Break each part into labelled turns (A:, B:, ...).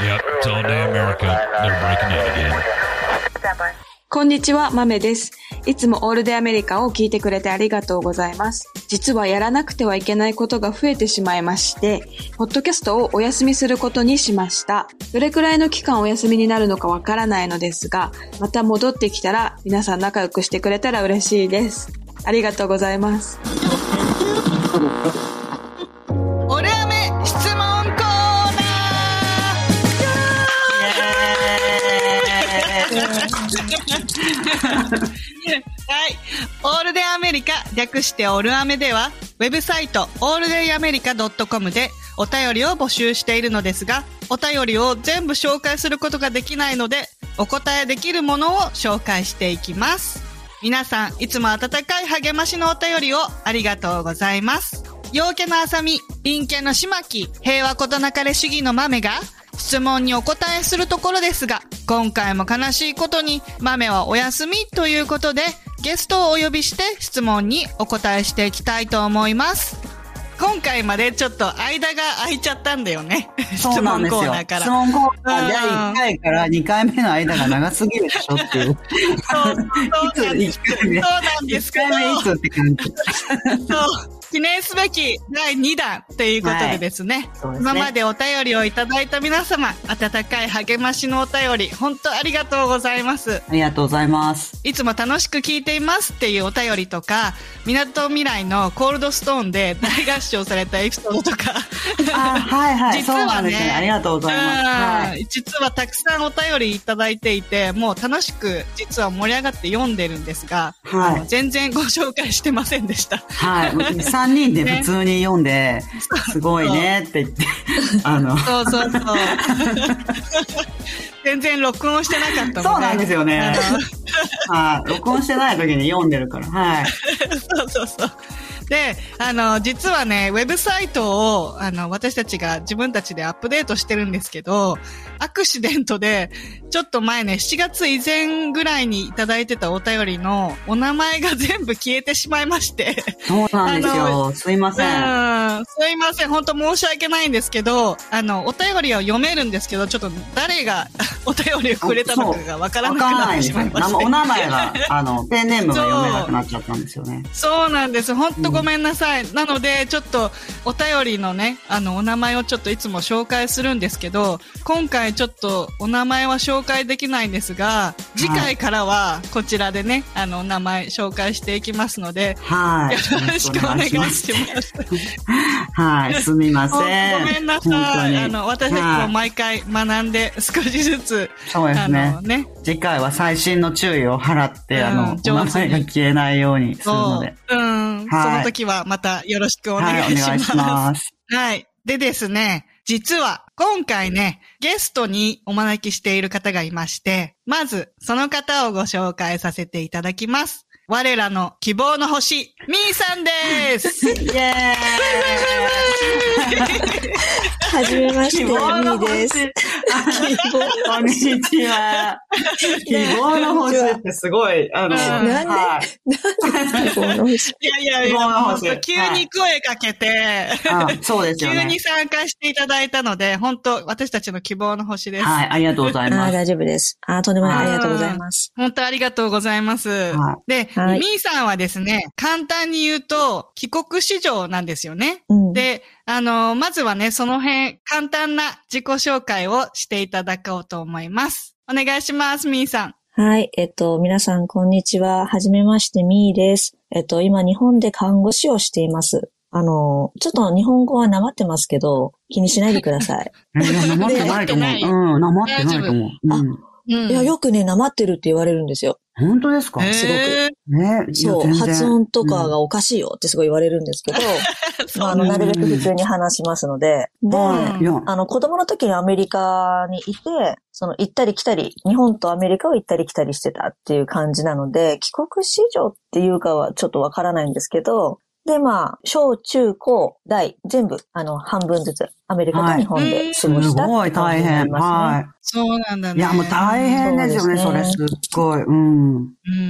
A: Yep, it's all day America. They're breaking it again.
B: こんにちは、まめです。いつもオールデイアメリカを聞いてくれてありがとうございます。実はやらなくてはいけないことが増えてしまいまして、ポッドキャストをお休みすることにしました。どれくらいの期間お休みになるのかわからないのですが、また戻ってきたら皆さん仲良くしてくれたら嬉しいです。ありがとうございます。
C: オレアメ質問コーナーはい。オールデイアメリカ、略してオルアメでは、ウェブサイト、オールデイアメリカ .com でお便りを募集しているのですが、お便りを全部紹介することができないので、お答えできるものを紹介していきます。皆さん、いつも温かい励ましのお便りをありがとうございます。陽家のあさみ、陰家のしまき、平和ことなかれ主義の豆が、質問にお答えするところですが、今回も悲しいことに、豆はお休みということで、ゲストをお呼びして質問にお答えしていきたいと思います。今回までちょっと間が空いちゃったんだよね。質
D: そうなん
C: 問
D: です
C: コー
D: よ
C: ナー。から
D: 質。問コーナーで1回から2回目の間が長すぎるでしょってい
C: そ
D: う。い
C: う
D: つ、1回目。
C: そうなんです
D: 1
C: けど
D: 回目いつって感じ。
C: そう。記念すべき第2弾ということでですね。
D: そうです
C: 今ま
D: ね。
C: でお便りをいただいた皆様、温かい励ましのお便り、本当ありがとうございます。
D: ありがとうございます。
C: いつも楽しく聞いていますっていうお便りとか、みなとみらいのコールドストーンで 大合唱されたエピソードとか、
D: あ、はいはい。
C: 実
D: そう
C: は
D: なん
C: ね
D: ですね。ありがとうございます。は
C: う
D: い。
C: ん 実はたくさんお便りいただいていて、もう楽しく実は盛り上がって読んでるんですが、
D: は
C: あ
D: い
C: の全然ご紹介してませんでした。
D: はい。3人で普通に読んで、すごいねって言って、あの、
C: そうそうそう。全然録音してなかったので。
D: そうなんですよね
C: あの
D: はい。録音してない時に読んでるから、はい。
C: そうそうそう。で、あの、実はね、ウェブサイトを、あの、私たちが自分たちでアップデートしてるんですけど、アクシデントで、ちょっと前ね、7月以前ぐらいにいただいてたお便りの、お名前が全部消えてしまいまして。
D: そうなんです
C: あ
D: よ。すいま
C: うん。
D: せん。
C: すいません。本当申し訳ないんですけど、あの、お便りを読めるんですけど、ちょっと誰が お便りをくれたのかがわから
D: わ
C: なくな
D: かんな
C: って
D: いんで
C: し
D: す
C: まい
D: よ。
C: まし
D: お
C: て。
D: 名前が、あの、ペンネームが読めなくなっちゃったんですよね。
C: そうなんです。本当ごめんなさい。なので、ちょっとお便りのね、あの、お名前をちょっといつも紹介するんですけど、今回ちょっとお名前は紹介できないんですが、次回からはこちらでね、あの、お名前紹介していきますので、
D: はい。
C: よろしくお願いします。。
D: はい、すみま
C: ほんご
D: せん。
C: めんな
D: 本
C: さ
D: 当
C: い。
D: に
C: あの、私たちも毎回学んで少しずつ、
D: そうで
C: あ
D: すね
C: の。ね、
D: 次回は最新の注意を払って、
C: うん
D: あの、お名
C: 上手
D: 前
C: に
D: が消えないようにするの
C: そう、
D: で。
C: うん、
D: はい
C: その時はまたよろしくお
D: はい、
C: 願い
D: お
C: し
D: 願
C: ま
D: い
C: す。
D: します。
C: はい。でですね、実は今回ね、ゲストにお招きしている方がいまして、まずその方をご紹介させていただきます。我らの希望の星、みーさん です。
D: イェ
E: はじめまして、
D: ーイ
E: みーです。。
D: こんにち は。希望の星ってすごい、あの、
C: なん
E: で
D: はい
E: 希望の星
C: いやいやい
D: 希
C: や、
D: 望の
C: 本
D: 星
C: 当急に声かけて、
D: あそうですよ
C: 急
D: ね
C: に。参加していただいたので、本当私たちの希望の星です。
D: はい、ありがとうござい
E: あ
D: ま
E: ー
D: す。
E: 大丈夫です。あーとんでもない。ありがとうございます。
C: 本当ありがとうございます。
D: は
C: で、
E: はい
C: みーさんはですね、簡単に言うと、帰国子女なんですよね。
E: うん。
C: で、あのまずはね、その辺、簡単な自己紹介をしていただこうと思います。お願いします、みーさん。
E: はい。えっと、皆さん、こんにちは。はじめまして、みーです。えっと、今、日本で看護師をしています。あの、ちょっと日本語はなまってますけど、気にしないでください。
D: い。いや、なまってないと思。
C: なまってないう
D: うん、なまってないと思う。うん。
C: うん
E: いや、よくね、なまってるって言われるんですよ。
D: 本当ですか
C: えー
D: ね
E: すごそう、
D: いや全然
E: 発音とかがおかしいよってすごい言われるんです けど、まあ、あの、なるべく普通に話しますので、
D: うん
E: で、
D: はい。いや、
E: あの、子供の時にアメリカにいて、その行ったり来たり、日本とアメリカを行ったり来たりしてたっていう感じなので、帰国子女っていうかはちょっとわからないんですけど、で、まあ、小、中、高、大、全部、あの、半分ずつ、アメリカと日本で過
D: す
E: ごした
D: ご
E: って
D: い
E: 感じ
D: 大
E: にな
D: 変。
E: りますね。
D: は
C: そうなんだ
D: い。い
C: ね。
D: や、もう大変ですよね、
E: そ
D: そう
E: で
D: れ
E: す
D: す
E: ね
D: っごい。うん。
C: う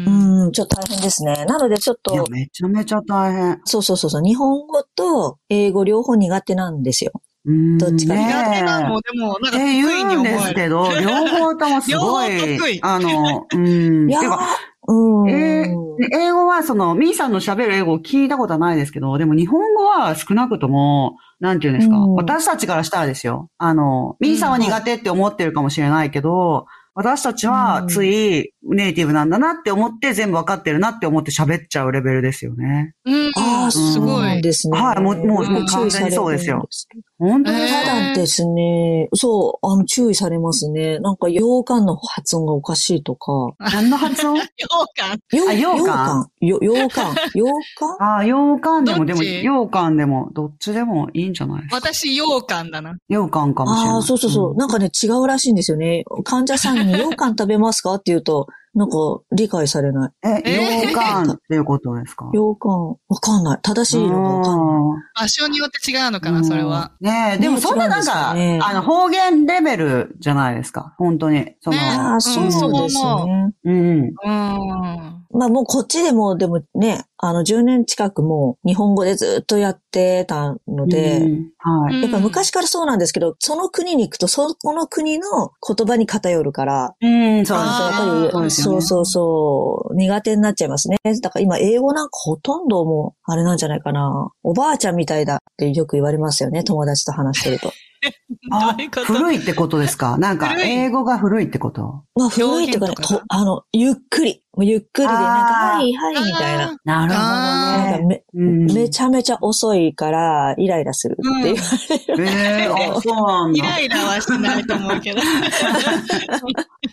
C: ん
E: うん、ちょっと大変ですね。なのでちょっ
D: いや
E: と、、
D: めちゃめちゃ大変。
E: そうそうそうそう、日本語と英語両方苦手なんですよ。どっちか
D: ね
E: 苦
C: 苦手なの、でも、なん
D: っ
C: か
D: て
C: 得
D: 言
C: 意に
D: うんで
C: 思え
D: す
C: る。
D: けど、両方ともすご
C: 両方得意
D: い、あの、うん。
E: いや
D: て
E: ー
D: か、
E: うん。
D: えーね英語はその、ミーさんの喋る英語を聞いたことはないですけど、でも日本語は少なくとも、なんていうんですか、
E: うん
D: 私たちからしたらですよ。あの、ミーさんは苦手って思ってるかもしれないけど、私たちはついネイティブなんだなって思って全部わかってるなって思って喋っちゃうレベルですよね。
C: うん。
E: ああ、
C: す
E: そう
C: ご
E: ないん。ですね。
D: はいもうも
C: うもう
E: 注意されてるん
D: 完全にそうですよ
E: けど
D: 本当
C: え
D: に、
C: ー
E: ただですね、そう、あの、注意されますね。なんか、羊羹の発音がおかしいとか。
D: 何の 発音
C: ようかん。
E: よ
D: あ羊羹
E: 羊羹よ 羊羹羊羹
D: ああ、羊羹でも、で
C: ど
D: も、
C: っち
D: 羊羹でも、どっちでもいいんじゃないですか。
C: 私、ようかんだな。
D: 羊羹かもしれない。
E: ああ、そうそうそう。
D: ん
E: なんかね、違うらしいんですよね。患者さん に羊羹食べますかって言うと、なんか、理解されない。
D: え、
C: えー
D: 羊羹っていうことですか
E: 羊羹、わかんない。正しいのがわかんない。
D: うん
C: 場所によって違うのかな、それは。。
D: うんねえ、でもそんななんか、
E: ねえ違うんですよね
D: あの、方言レベルじゃないですか。本当に。その、
C: ね
E: ああ、そうです
C: そう
E: ね。
D: うん。
C: うん。
E: まあもうこっちでも、でもね、あの10年近くもう日本語でずっとやってたので、
D: うんはい。
E: やっぱ昔からそうなんですけど、その国に行くと、そこの国の言葉に偏るから、
D: うん、そう
E: や
C: あー
E: っぱ
D: そうで
E: り、
D: すよ
E: そ
D: ね
E: うそうそう、苦手になっちゃいますね。だから今、英語なんかほとんどもう、あれなんじゃないかな。おばあちゃんみたいだってよく言われますよね、友達と話してる と。
D: あ
C: どういうこと
D: 古いってことですかなんか、
C: 古い
D: 英語が古いってこと
E: まあ、古いっていうかね、
C: 表現とか
E: とあの、ゆっくり、もうゆっくりで、なんか、
D: あー
E: はい、はい、みたいな。
D: なる
E: なん
D: ほ
E: か
D: どね。
E: め、
D: うん
E: めちゃめちゃ遅いから、イライラするっていう。
D: えー、あ、そうなん
C: イ
D: だ
C: ラ。イラはしないと思う けど。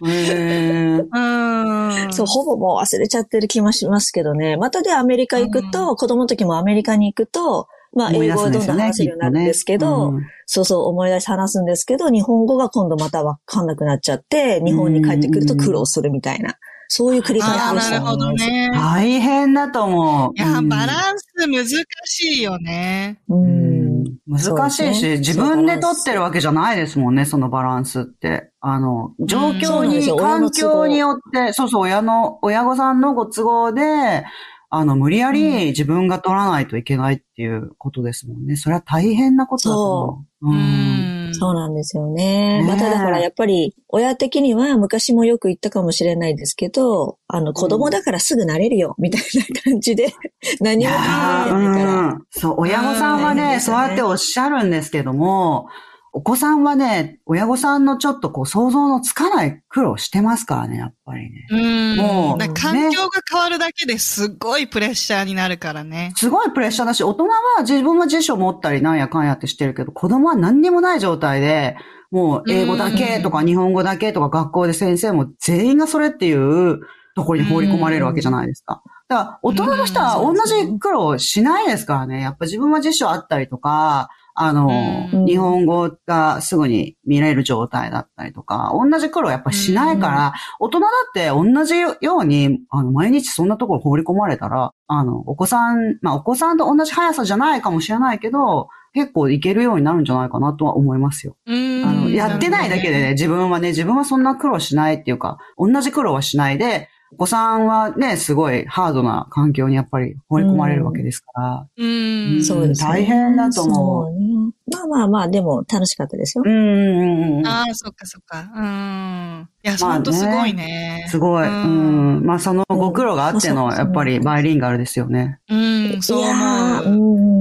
D: えー
C: うん。
E: そう、ほぼもう忘れちゃってる気もしますけどね。またでアメリカ行くと、子供の時もアメリカに行くと、まあ、
D: 思い
E: 英
D: 出
E: 語
D: す
E: をど
D: んで
E: ん
D: す
E: ど
D: よ
E: ん
D: ね。
E: 話せるようになるんですけど、
D: きっとね
E: そうそう思い出して話すんですけど、日本語が今度またわかんなくなっちゃって、日本に帰ってくると苦労するみたいな、そういう繰り
C: ああ、
E: 返しで
C: な
E: した
C: るほどね
D: うん。大変だと思う。
C: いや、
D: うん
C: バランス難しいよね。
E: う
D: うんん。難しい
E: そう
D: し、
E: ですね
D: 自分で取ってるわけじゃないですもんね、そのバランスって。あの、状況
E: うんそうなんで
D: に
E: す、よ親の
D: 環
E: 都合
D: 境によって、そうそう、親の、親御さんのご都合で、あの、無理や
E: うん
D: り自分が取らないといけないっていうことですもんね。それは大変なことだと思う。
C: う
D: うん。
C: ん。
E: そうなんですよね。
D: ねえ
E: まただからやっぱり、親的には昔もよく言ったかもしれないですけど、あの、子供だからすぐ慣れるよ、みたいな感じで、
D: い
E: 何も考
D: や
E: えないから。
D: ーうんそう、親御さんは
E: うん
D: ね、そうやっておっしゃるんですけども、お子さんはね、親御さんのちょっとこう想像のつかない苦労してますからね、やっぱりね。
C: うん。
D: もう
C: なんか環境が変わるだけですごいプレッシャーになるからね。
D: すごいプレッシャーだし、大人は自分は辞書持ったりなんやかんやってしてるけど、子供は何にもない状態で、もう英語だけとか日本語だけとか学校で先生も全員がそれっていうところに放り込まれるわけじゃないですか。だから、大人の人は同じ苦労しないですからね。やっぱ自分は辞書あったりとか、あの、
E: うん
D: 日本語がすぐに見れる状態だったりとか、同じ苦労やっぱしないから、大人だって同じように、あの、毎日そんなところ放り込まれたら、あの、お子さん、まあ、お子さんと同じ速さじゃないかもしれないけど、結構いけるようになるんじゃないかなとは思いますよ。
C: うん。
D: あの、やってないだけでね、自分はね、自分はそんな苦労しないっていうか、同じ苦労はしないで、お子さんはね、すごいハードな環境にやっぱり放り込まれるわけですから、
C: うん。
E: そうです、ね。
D: 大変だと思う
E: そうね。まあまあまあ、でも楽しかったですよ。
D: うんうんうんうん。
C: ああ、そっかそっか。うん。いや、
D: まあね
C: ほんとすごいね。
D: すご
C: う
D: い。うんん。まあ、そのご苦労があって
E: う
D: の、
E: ん
D: やっぱりバイリンガルですよね。
C: うん、そう
E: いや
C: 思
E: ー
C: う。
E: う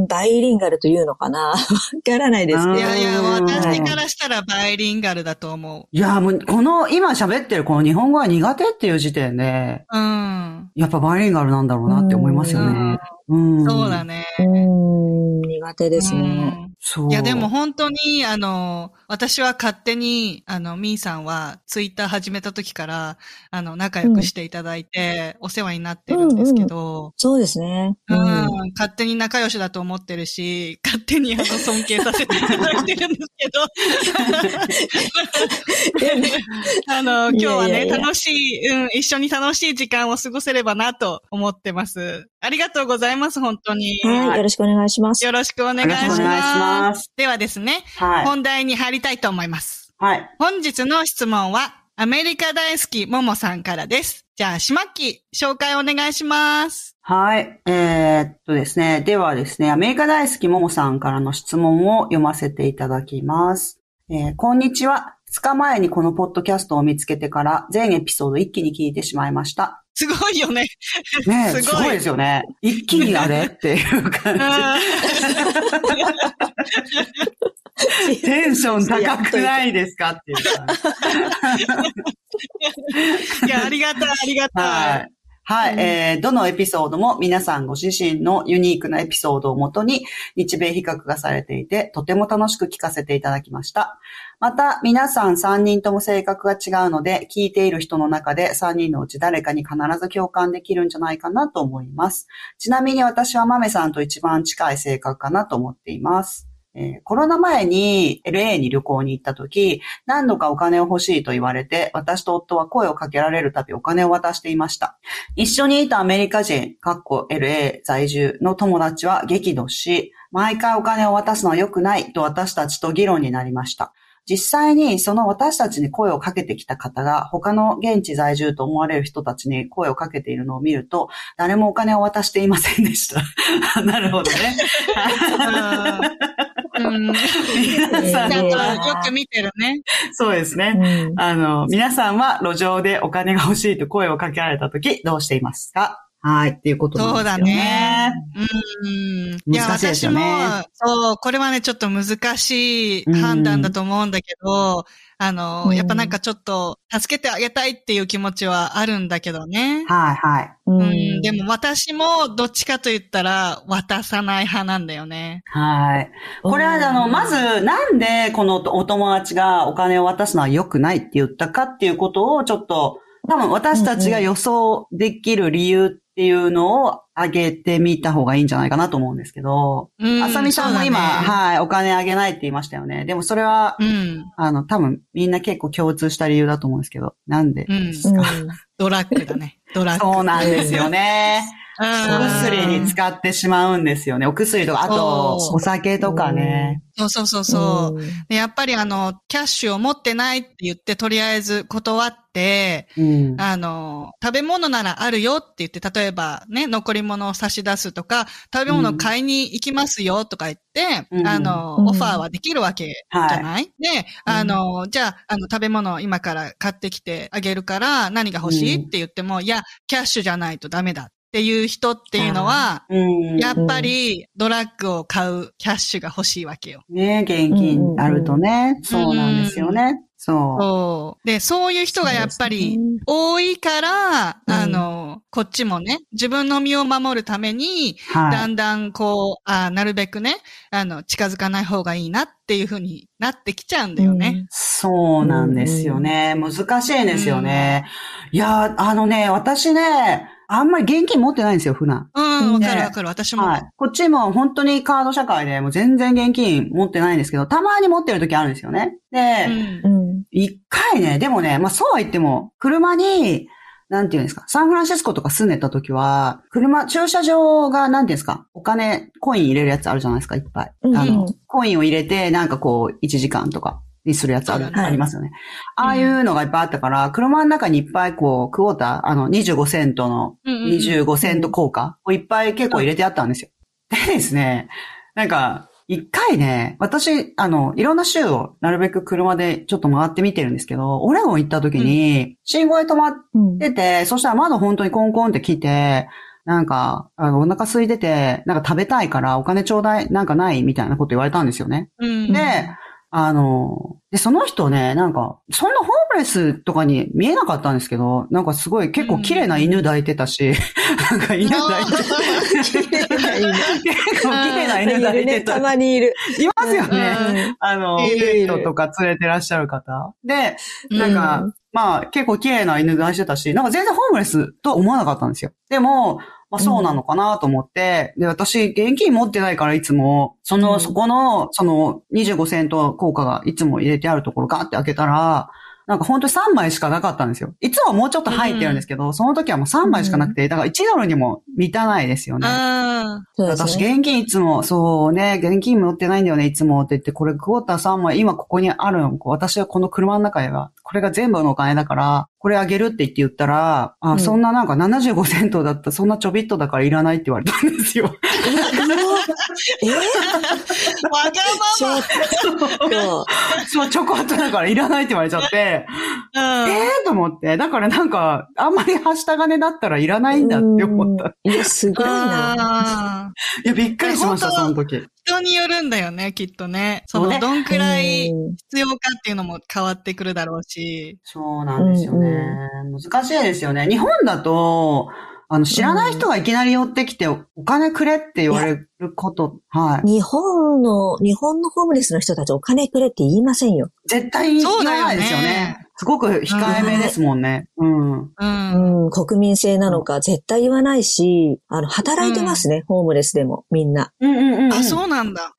E: ん、バイリンガルというのかなわからないですけ
D: う
E: ど
D: ん
C: い。やいや、私かららしたらバイリンガルだと思
D: いや、もう、この、今喋ってるこの日本語は苦手っていう時点で、
C: う。うん。
D: やっぱバイリンガルなんだろうなって思いますよね。うん。
C: そうだね。
E: うん、苦手ですね。
C: うん
D: そう。
C: いや、でも、本当に、あの、私は勝手に、あの、ミーさんは、ツイッター始めた時から、あの、仲良くしていただいて、お世話になってるんですけど、
E: そうですね。
C: うん、勝手に仲良しだと思ってるし、勝手にあの、尊敬させていただいてるんですけど、あの、今日はい
E: や
C: ね、
E: いやいや
C: 楽しい、うん、一緒に楽しい時間を過ごせればなと思ってます。ありがとうございます、本当に。
E: はい、よろしくお願いします。
C: よろしくお願い
D: よろ
C: し
D: しくお願いし
C: ま。
D: ます
C: ではですね、
D: はい。
C: 本題に入りたいと思います。
D: はい。
C: 本日の質問は、アメリカ大好きももさんからです。じゃあ、しまっき、紹介お願いします。
D: はい。えーっとですね。ではですね、アメリカ大好きももさんからの質問を読ませていただきます。えーこんにちは。2日前にこのポッドキャストを見つけてから、全エピソード一気に聞いてしまいました。
C: すごいよ ね。
D: ねえ、
C: す
D: す
C: ごい
D: ごいですよね。一気にあれっていう感
C: うん
D: じ。テンション高くないですかっていう感じ。
C: いや、ありがたい、ありがた。
D: はいい。はい、えーどのエピソードも皆さんご自身のユニークなエピソードをもとに日米比較がされていて、とても楽しく聞かせていただきました。また、皆さん3人とも性格が違うので、聞いている人の中で3人のうち誰かに必ず共感できるんじゃないかなと思います。ちなみに私はマメさんと一番近い性格かなと思っています。えーコロナ前に LA に旅行に行った時、何度かお金を欲しいと言われて、私と夫は声をかけられるたびお金を渡していました。一緒にいたアメリカ人、かっこ LA 在住の友達は激怒し、毎回お金を渡すのは良くないと私たちと議論になりました。実際にその私たちに声をかけてきた方が他の現地在住と思われる人たちに声をかけているのを見ると誰もお金を渡していませんでした。 なるほどね。
C: うん。
D: 皆
C: ちゃ
D: さ
C: んと
D: ん
E: えー
D: は、
C: よく見てるね。
D: そうですね。
E: うん
D: あの、皆さんは路上でお金が欲しいと声をかけられたとき、どうしていますかはい、っていうことなんですよね。
C: そうだね。うん。いや、
D: 難しいで
C: 私
D: すよね
C: も、そう、これはね、ちょっと難しい判断だと思うんだけど、あ
E: う
C: の、
E: ん
C: やっぱなんかちょっと、助けてあげたいっていう気持ちはあるんだけどね。
D: はい、はい。
E: う
C: うん、で、も私もどっちかと言ったら渡さない派なんだよね。
D: はい。これは、あの、まず、なんでこのお友達がお金を渡すのは良くないって言ったかっていうことを、ちょっと、多分私たちが予想できる理由っていうのを挙げてみた方がいいんじゃないかなと思うんですけど、
C: うん。
D: あさみさんも今、
C: そうだね
D: はい、お金あげないって言いましたよね。でもそれは、
C: うん。
D: あの、多分みんな結構共通した理由だと思うんですけど、なんで
C: うん。
E: うん
C: ドラッグだね。ドラッグ。
D: そうなんですよね。
C: う
D: お
C: ん
D: 薬に使ってしまうんですよね。お薬とか、あと、
C: そう
D: お酒とかね。
C: そうそうそうそう。でやっぱりあの、キャッシュを持ってないって言って、とりあえず断って、
D: うん。
C: あの、食べ物ならあるよって言って、例えばね、残り物を差し出すとか、食べ物買いに行きますよとか言って、
D: うん
C: あの、
E: うん
C: オファーはできるわけじゃない、で、あの、じゃあ、あの、食べ物を今から買ってきてあげるから、何が欲しい、
D: うん
C: って言っても、いや、キャッシュじゃないとダメだっていう人っていうのは、
D: うん。
C: やっぱりドラッグを買うキャッシュが欲しいわけよ。
D: ね、現金あるとね。そうなんですよね。そ
C: そう。で、そういう人がやっぱり、多いから、
E: うん
C: あの、こっちもね、自分の身を守るために、
D: う。は
C: だ
D: い。
C: んだんこう、あなるべくね、あの、近づかない方がいいなっていうふうになってきちゃうんだよね。。
D: そうなんですよね。難しいんですよね。いやー、あのね、私ね、あんまり現金持ってないんですよ、普段。
C: うん、わ、
D: ね
C: かるわかる。私も。
D: はい。こっちも本当にカード社会で、もう全然現金持ってないんですけど、たまに持ってる時あるんですよね。で、
C: うん
E: う。ん。
D: 一回ね、でもね、まあそうは言っても、車に、なんていうんですか、サンフランシスコとか住んでた時は、車、駐車場が、なんていうんですか、お金、コイン入れるやつあるじゃないですか、いっぱい。あ
E: うんう
D: の
E: ん、
D: コインを入れて、なんかこう、1時間とかにするやつある、
C: そう
E: だね
D: ありますよね。ああいうのがいっぱいあったから、車の中にいっぱいこう、クォーター、あの、25セントの
C: うんうん
D: 25セント効果をいっぱい結構入れてあったんですよ。でですね、なんか、一回ね、私、あの、いろんな州をなるべく車でちょっと回ってみてるんですけど、オレゴン行った時に、信号で止まっ
E: うん
D: てて、そしたら窓本当にコンコンって来て、なんか、あの、お腹空いてて、なんか食べたいからお金ちょうだい、なんかないみたいなこと言われたんですよね。
C: うん。
D: で、あの、で、その人ね、なんか、そんなホームレスとかに見えなかったんですけど、なんかすごい結構綺麗な犬抱いてたし、 なんか犬抱いて、結構綺麗な犬抱いてた。
F: た
D: い
F: まにいる。
D: ますよね。
C: うん
D: あの、
C: いる
D: ペ
F: い
D: ッ
F: る
D: トとか連れてらっしゃる方。で、
C: うん
D: なんか、まあ結構綺麗な犬出してたし、なんか全然ホームレスとは思わなかったんですよ。でも、まあそうなのかなと思って、で、私、現金持ってないからいつも、その、
E: うん
D: そこの、その、25セント効果がいつも入れてあるところガーって開けたら、なんかほんと3枚しかなかったんですよ。いつももうちょっと入ってるんですけど、その時はもう3枚しかなくて、だから1ドルにも満たないです よね。
C: あ
E: そうです
D: 私、
E: ね。
D: 現金いつも、そうね、現金持ってないんだよね、いつもって言って、これクォーター3枚、今ここにあるの、こう私はこの車の中では、これが全部のお金だから、これあげるって言って言ったら、あ、
E: うん
D: そんななんか75セントだった、そんなちょびっとだからいらないって言われたんで すよ。
E: え
C: あ。わが
E: ちょっと、
D: そう、ちょこっとだからいらないって言われちゃって、
C: まま。
D: えーと思って、だからなんか、あんまりはした金だったらいらないんだって思った。
E: いや、すごいな。
C: ああ。
D: いや、びっくりしました、
C: え本当
D: その時。
C: 人によるんだよね、きっとね。そ
D: そうね
C: の、どんくらい
E: うん
C: 必要かっていうのも変わってくるだろうし。
D: そうなんですよね。難しいですよね。日本だと、あの、知らない人がいきなり寄ってきて、お金くれって言われること、はい。
E: 日本の、日本のホームレスの人たちお金くれって言いませんよ。
D: 絶対言わないですよ
C: そうだよ
D: ね
C: ね。
D: すごく控えめですもんね。うん。
C: うん。
E: うん、国民性なのか絶対言わないし、あの、働いてますね、ホームレスでも、みんな。
D: うんうんうん、
C: あ、
D: そう
C: そうなんだ。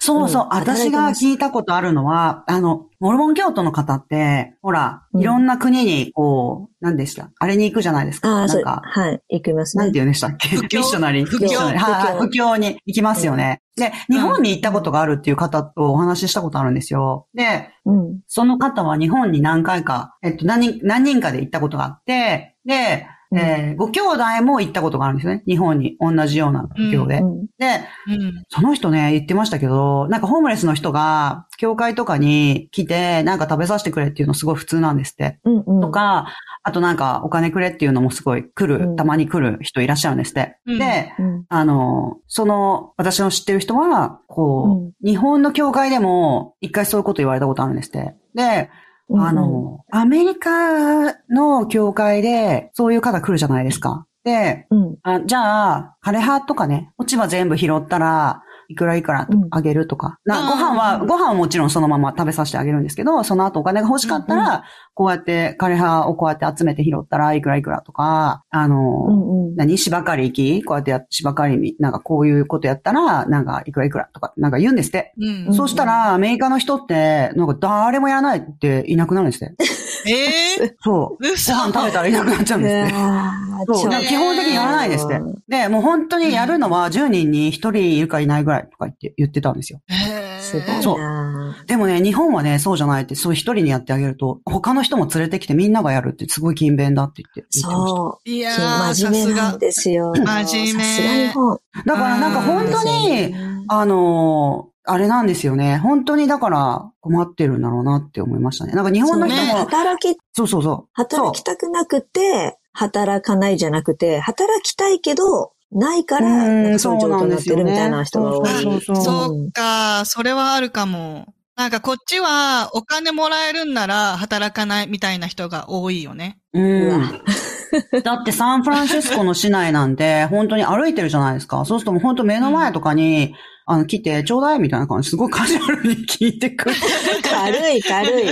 D: そうそう、
E: うん
D: 私が聞いたことあるのは、あの、モルモン教徒の方って、ほら、
E: うん
D: いろんな国に、こう、何でしたあれに行くじゃないですか。
E: ああ、
D: な
E: そ
D: ん
E: う、
D: か、
E: はい、行きます
D: なん
E: ね。
D: て言うんでしたっけミ
C: 布教
D: ッショナリー。
C: 布
E: 教
D: ミッショナリーはいは
E: 布
D: い、布教に行きますよね。で、日本に行ったことがあるっていう方とお話ししたことあるんですよ。で、
E: うん。
D: その方は日本に何回か、えっと、何人、何人かで行ったことがあって、で、えーご兄弟も行ったことがあるんですね。日本に。同じような布教で。
E: うん
D: で、
C: うん。
D: その人ね、言ってましたけど、なんかホームレスの人が、教会とかに来て、なんか食べさせてくれっていうのすごい普通なんですって。
E: うん。うん
D: と、か、あとなんかお金くれっていうのもすごい来
E: う
D: る、
E: ん
D: たまに来る人いらっしゃるんですって。
C: うん
D: で、
E: うん。
D: あの、その、私の知ってる人は、こう、日本の教会でも一回そういうこと言われたことあるんですって。で、
E: うん
D: あ、の、アメリカの教会でそういう方来るじゃないですか。で、
E: うん。
D: あじゃあ、枯葉とかね、落ち葉全部拾ったら、いくらいくら
E: うん
D: あげるとか。な
C: うん
D: ご飯は、ご飯はもちろんそのまま食べさせてあげるんですけど、その後お金が欲しかったら、こうやって枯葉をこうやって集めて拾ったらいくらいくらとか、あの、
E: うん。うん。
D: 何芝刈り行きこうやってや、芝刈りに、なんかこういうことやったら、なんかいくらいくらとか、なんか言うんですって。
C: うん
E: ん。
D: そうしたら、アメリカの人って、なんか誰もやらないっていなくなるんですって。
C: ええ。
D: そう。ご
C: 嘘。
D: 飯食べたらいなくなっちゃうんですって。
E: あ
D: そう。だから基本的にやらないですって。で、もう本当にやるのは10人に1人いるかいないぐらいとか言って言ってたんですよ。
C: へー
E: すごい
D: そう
E: な
D: でもね、日本はね、そうじゃないって、そう一人にやってあげると、他の人も連れてきてみんながやるってすごい勤勉だって言って言ってまし
E: そ。
C: いうやー、
E: 真
C: さ
E: 面
C: す
E: 目な
C: が
E: ん。ですよ。
C: 真面目
E: さすが日本。
D: た。だからなんか本当
E: です
D: に、
E: よね
D: あのーあれなんですよね。本当にだから困ってるんだろうなって思いましたね。なんか日本の人
C: そうね
D: も、
E: 働き、
D: そうそうそう。
E: 働きたくなくて、働かないじゃなくて、働きたいけど、ないか
D: うん
E: ら、その状況になってるみたいな人が多い。
D: そうそう
C: そ
E: うん
C: うか、それはあるかも。なんかこっちはお金もらえるんなら働かないみたいな人が多いよね。
D: うん。 だってサンフランシスコの市内なんて、本当に歩いてるじゃないですか。そうするともう本当目の前とかに、あの、来て、ちょうだいみたいな感じ、すごいカジュアルに聞いてくる。ち
E: 軽い 軽い。も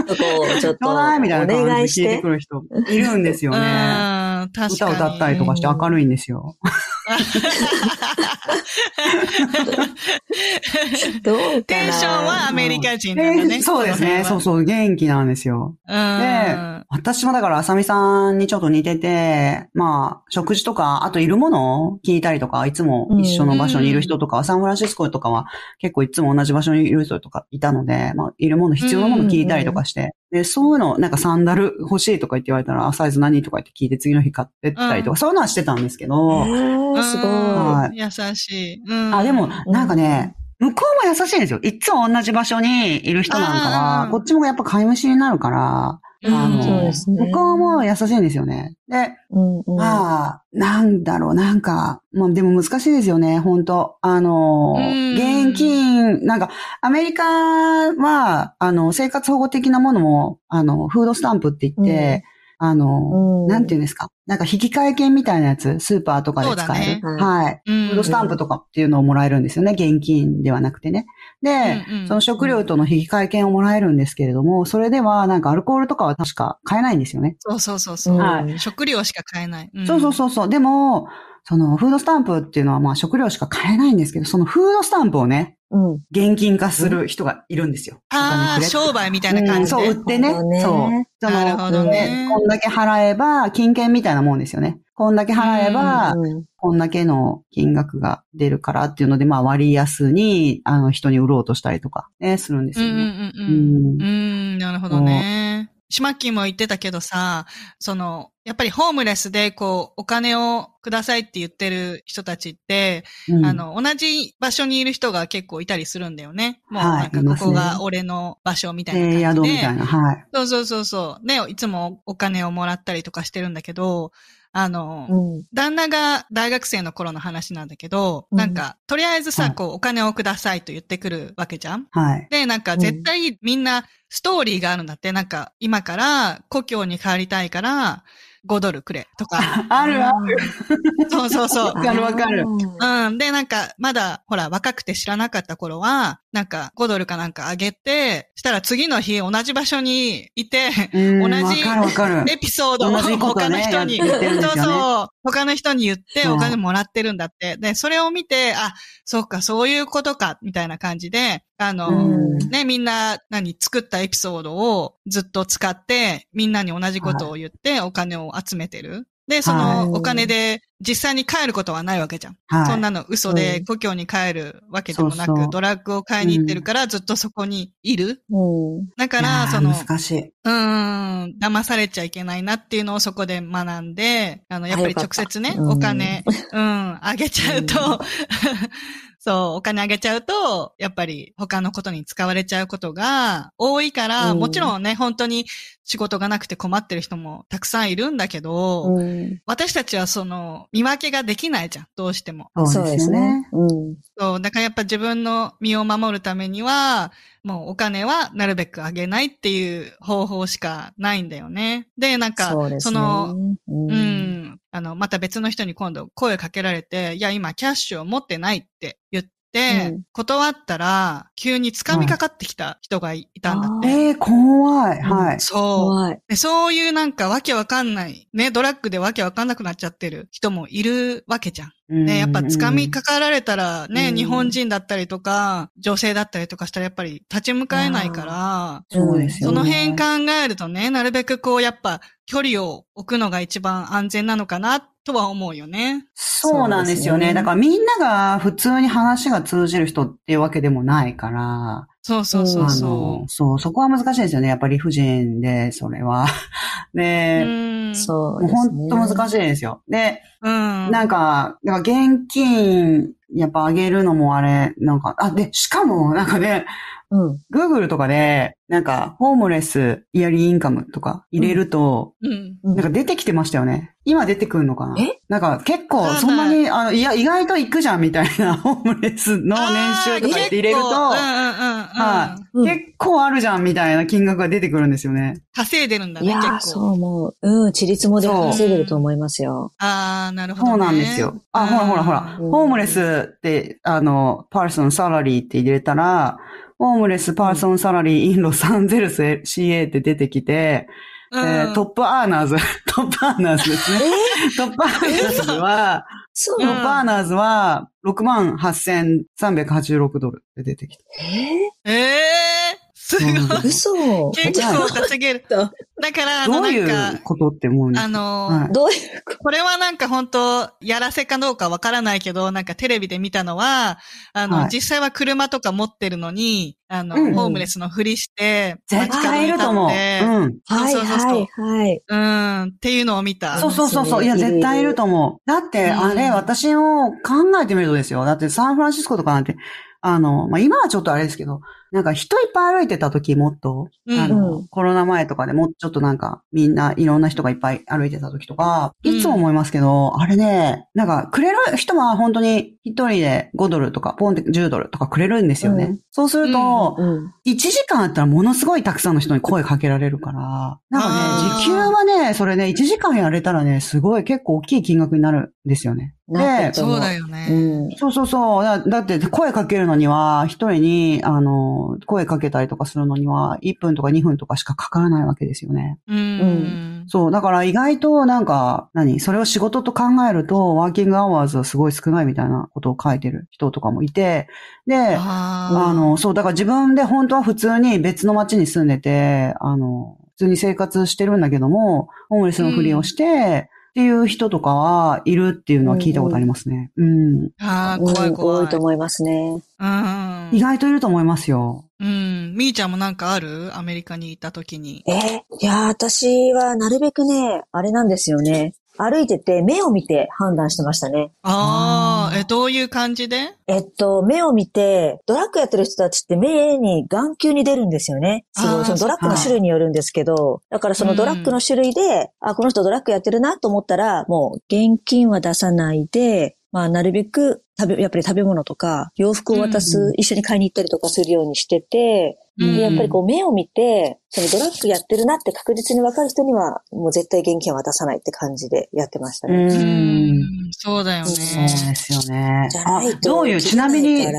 E: っとこう、ちょっと、
D: ょう
E: お
D: だいみたいな
E: 願
D: 感
E: い
D: じ
E: し
D: で聞いて
E: て
D: く。る人いるんですよ
C: う
D: ね。
C: ーん、確かに。
D: 歌を歌ったりとかして明るいんですよ。
E: どうかな
C: テンションはアメリカ人なんだ
D: え
C: ね。
D: ー そうですね。そう
C: う。
D: そう、元気なんですよ。
C: うん。
D: 私もだから、あさみさんにちょっと似てて、まあ、食事とか、あといるものを聞いたりとか、いつも一緒の場所にいる人とか、サンフランシスコとかは結構いつも同じ場所にいる人とかいたので、まあ、いるもの、必要なもの聞いたりとかして、で、そういうの、なんかサンダル欲しいとか言って言われたら、あサイズ何とか言って聞いて次の日買ってったりとか、
C: うん
D: そういうのはしてたんですけど、
E: えーすごい。
D: はい
C: うん優しい。うん。
D: あ、でも、なんかね、向こうも優しいんですよ。いつも同じ場所にいる人なんか
C: う
D: は、
C: ん
D: こっちもやっぱ買い虫になるから、
C: うん、
D: あの、
E: そうですね
D: 向こうも優しいんですよね。で、
E: うんうん
D: まあ、なんだろう、なんか、まあでも難しいですよね、本当あの
C: うん
D: ー、現金、なんか、アメリカは、あの、生活保護的なものも、あの、フードスタンプって言って、あの
E: う
D: ー、
E: ん
D: なんていうんですか、なんか引き換え券みたいなやつ、スーパーとかで使える。
E: そうだね
D: はい。
C: うん
D: フードスタンプとかっていうのをもらえるんですよね、現金ではなくてね。で、
C: うんうん
D: その食料との引き換え券をもらえるんですけれども、それでは、なんかアルコールとかは確か買えないんですよね。
C: そうそうそうそう、
D: はい
E: うん
C: 食料しか買えない。ん
D: そうそうそうそう。でも、その、フードスタンプっていうのはまあ食料しか買えないんですけど、そのフードスタンプをね、
E: うん。
D: 現金化する人がいるんですよ。
C: ああ、
D: お金くれって
C: 商売みたいな感じ
D: うん
C: で
D: そう、売。って
E: な
D: ね。
E: るほどね
D: そう。そ
C: なる
D: の、
C: ほどね。
D: こんだけ払えば、金券みたいなもんですよね。こんだけ払えば、
E: うん
D: こんだけの金額が出るからっていうので、まあ割安に、あの、人に売ろうとしたりとか、ね、するんです
C: うんう
D: よ
C: ん
D: ね。
C: うんうん。う
D: うん
C: ん、なるほどね。シマッキーも言ってたけどさ、その、やっぱりホームレスで、こう、お金をくださいって言ってる人たちって、
D: うん
C: あ、の、同じ場所にいる人が結構いたりするんだよね。もう、
D: は
C: ないんか
D: いま
C: こ
D: す
C: こ
D: ね
C: が俺の場所みたい
D: えー、
C: な感
D: 宿
C: じ
D: み
C: で。
D: たいな、はい。
C: そうそうそうそう。ね、いつもお金をもらったりとかしてるんだけど、あの、
E: うん。
C: 旦那が大学生の頃の話なんだけど、
E: うん
C: なんか、とりあえず
D: は
C: さ、
D: い
C: こう、お金をくださいと言ってくるわけじゃん
D: はい。
C: で、なんか絶対みんなストーリーがあるんだって、なんか今から故郷に帰りたいから5ドルくれと か。
D: あるわ。
C: そうそうそう。
D: わかるわかる
E: うん
C: うん。で、なんか、まだ、ほら、若くて知らなかった頃は、なんか、5ドルかなんかあげて、したら次の日、同じ場所にいて、
D: うん
C: 同じ
D: わかるわかる。
C: エピソードを
D: 同じこと
C: 他の
D: ね
C: 人に、
D: やってるん
C: そ
D: ですよ
C: う
D: ね
C: そう、他の人に言って
D: はい
C: お金もらってるんだって。で、それを見て、あ、そうか、そういうことか、みたいな感じで、あの、
D: うん
C: ね、みんな、何、作ったエピソードをずっと使って、みんなに同じことを言って、お金を集めてる。で、そ
D: はい
C: のお金で実際に帰ることはないわけじゃん。
D: はい。
C: そんなの嘘で
E: う
C: 故郷に帰るわけでもな
D: そうそう
C: く、ドラッグを買いに行ってるからずっとそこにいる。
E: うん。
C: だか
D: いや
C: ら、
D: ー
C: その、
D: 難しい。
C: うーん、騙されちゃいけないなっていうのをそこで学んで、あの、やっぱり
E: あよか
C: 直
E: った
C: 接ね、
E: うん
C: お金、うん、あげちゃうと、 そう、お金あげちゃうと、やっぱり他のことに使われちゃうことが多いから、
E: うん
C: もちろんね、本当に仕事がなくて困ってる人もたくさんいるんだけど、
E: うん
C: 私たちはその、見分けができないじゃん、どうしても。
D: そ
E: そうう
D: で
E: ですす
D: よね
E: ね。。うん。
C: そう、だからやっぱ自分の身を守るためには、もうお金はなるべくあげないっていう方法しかないんだよね。で、なんか、
E: そうですね。
C: の、
E: うん
C: うん、あの、また別の人に今度声かけられて、いや、今キャッシュを持ってないって言って、
E: うん
C: 断ったら、急に掴みかかってきた人がいたんだっ
E: あ
C: て。
D: えー、怖い。
E: ん
D: はい。
C: そう。
E: 怖い。
C: でそういうなんかわけわかんない、ね、ドラッグでわけわかんなくなっちゃってる人もいるわけじゃん。ね、やっぱ掴みかかられたらね、
E: うん
C: 日本人だったりとか、女性だったりとかしたらやっぱり立ち向かえないから、
D: うんそうですよ
C: そ
D: ね
C: の辺考えるとね、なるべくこうやっぱ距離を置くのが一番安全なのかなとは思うよね。
D: そうなんですよ
E: そうです
D: ね。
E: ね
D: だからみんなが普通に話が通じる人っていうわけでもないから、
C: そうそうそう
D: あ
C: そ
D: の、そう、そこは難しいですよね。やっぱり理不尽で、それは。
C: う。う
D: で、
C: ん。
E: そう
D: もう
E: ですね。
D: 本当難しいですよ。で、
C: うん。
D: なんか、なんか現金、やっぱあげるのもあれ、なんか、あ、で、しかも、なんかね、
E: うん。
D: Google とかで、なんか、ホームレス、イヤリーインカムとか入れると、
C: うん。
E: うん
D: なんか出てきてましたよね。今出てくるのかな
E: え
D: なんか結構
C: ただ
D: そんなに、あの、いや、意外と行くじゃんみたいな ホームレスの年収とか言って入れると、
C: あ
D: は
C: ー結構うんうんうんうん。
E: うん
D: 結構あるじゃんみたいな金額が出てくるんですよね。
C: 稼いでるんだ
E: い
C: ね、
E: やー、
C: 結
E: そ
C: 構。
E: う思う。うん、ちりつもで稼いでると思いますよ。
C: ああ、なるほど、ね。
D: そうなんですよ。あ、ほらほらほら。
E: うん
D: ホームレスって、あの、パーソンサラリーって入れたら、ホームレスパーソンサラリーインロサンゼルス CA って出てきて、
C: うん。
D: えートップアーナーズ、 トップアーナーズですね。トップアーナーズは、
E: そう
D: トップアーナーズは68,386ドルで出てきた。
E: え
C: ええー、すごい。
D: うん
E: ー、嘘。
C: 結構稼げる。
E: と
C: だから、あ
D: ど
C: の、
D: う
C: ないん
D: う
C: か、
D: ことって思うんです
C: あの、
D: はい
E: どういうこ
C: これはなんか本当、やらせかどうかわからないけど、なんかテレビで見たのは、あの、
D: はい
C: 実際は車とか持ってるのに、あの、
D: うん
C: ホームレスのふりして、
D: 絶対いると思う。
C: 街角に立って
E: と
D: うん。
E: はい
C: そうそうそう
E: はいはい。
C: うん、っていうのを見た。
D: そうそうそうそう。いや、
E: いるいる
D: 絶対いると思う。だって、
C: うん
D: あれ、私を考えてみるとですよ。だって、サンフランシスコとかなんて、あの、まあ、今はちょっとあれですけど、なんか人いっぱい歩いてた時もっと、
C: うん
D: あ
E: う
D: の
E: ん、
D: コロナ前とかでもうちょっとなんか、みんないろんな人がいっぱい歩いてた時とか、いつも思いますけど、あれね、なんか、くれる人は本当に一人で5ドルとか、ポンって10ドルとかくれるんですよね。
E: う
D: そうすると、
E: うん。
D: 1時間あったらものすごいたくさんの人に声かけられるから、なんか
C: あー
D: ね、時給はね、それね、1時間やれたらね、すごい結構大きい金額になるんですよね。
E: な
D: で
E: ん、か
C: そうだよ
E: う
C: ね。
E: ん。
D: そうそうそう、だだって声かけるのには、一人に、あの、の、声かけたりとかするのには、1分とか2分とかしかかからないわけですよね。
C: うん。
D: そう、だから意外となんか、何それを仕事と考えると、ワーキングアワーズはすごい少ないみたいなことを書いてる人とかもいて、で、あ
C: あ
D: の、そう、だから自分で本当は普通に別の町に住んでて、あの、普通に生活してるんだけども、ホームレスのふりをして、っていう人とかはいるっていうのは聞いたことありますね。うん。
C: ーあー、怖い怖
E: う
C: い。
E: ん多いと思いますね。
C: うん
D: 意外といると思いますよ。
C: うん。みーちゃんもなんかあるアメリカにいたときに。
E: えーいやー、私はなるべくね、あれなんですよね。歩いてて、目を見て判断してましたね。
C: あ
D: あ
C: あ、
D: ー
C: え、どういう感じで
E: えっと、目を見て、ドラッグやってる人たちって目に眼球に出るんですよね。す
C: あ
E: ご
C: ー
E: い。そのドラッグの種類によるんですけど、だからそのドラッグの種類で、あ、この人ドラッグやってるなと思ったら、もう現金は出さないで、まあ、なるべく食べ、やっぱり食べ物とか、洋服を渡す、
D: うんう
E: 一緒に買いに行ったりとかするようにしてて、
C: うん
E: でやっぱりこう目を見て、そのドラッグやってるなって確実に分かる人には、もう絶対現金は渡さないって感じでやってましたね。
C: う
D: う。
C: んん。そうだよ
D: そう
C: ね。
D: ですよね
E: じゃ。
D: あ
E: ない、と
D: どういう、
E: 気
D: ち
E: づ
D: なみ
E: い
D: に
E: か、ら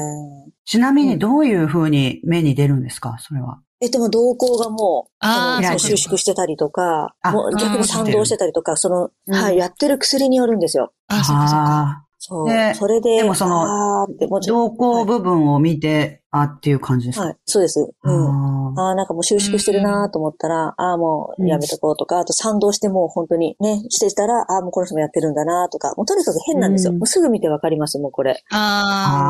D: ちなみにどういう風に目に出るんですかそれは。
E: えっと、もう動向がもう、
C: あ
D: ー
E: その
D: そう
E: 収
D: か
E: 縮してたりとか
D: あ、
E: もう逆に賛同してたりとか、その、
D: うん
E: はい、やってる薬によるんですよ。
C: あ、そうかそうか。
D: あ
E: そ
D: ね
E: う。それで、
D: でもその
E: あーってもう
D: ー
E: ちょ
D: 動向部分を見て、あっていう感じですか
E: はい、そうです。うん。
D: あー
E: ああ、なんかもう収縮してるなーと思ったら、ああ、もうやめとこうとか、あと賛同してもう本当にね、してたら、ああ、もうこの人もやってるんだなーとか、もうとにかく変なんですよ。
D: うん
E: もうすぐ見てわかります、もうこれ。
C: ああ、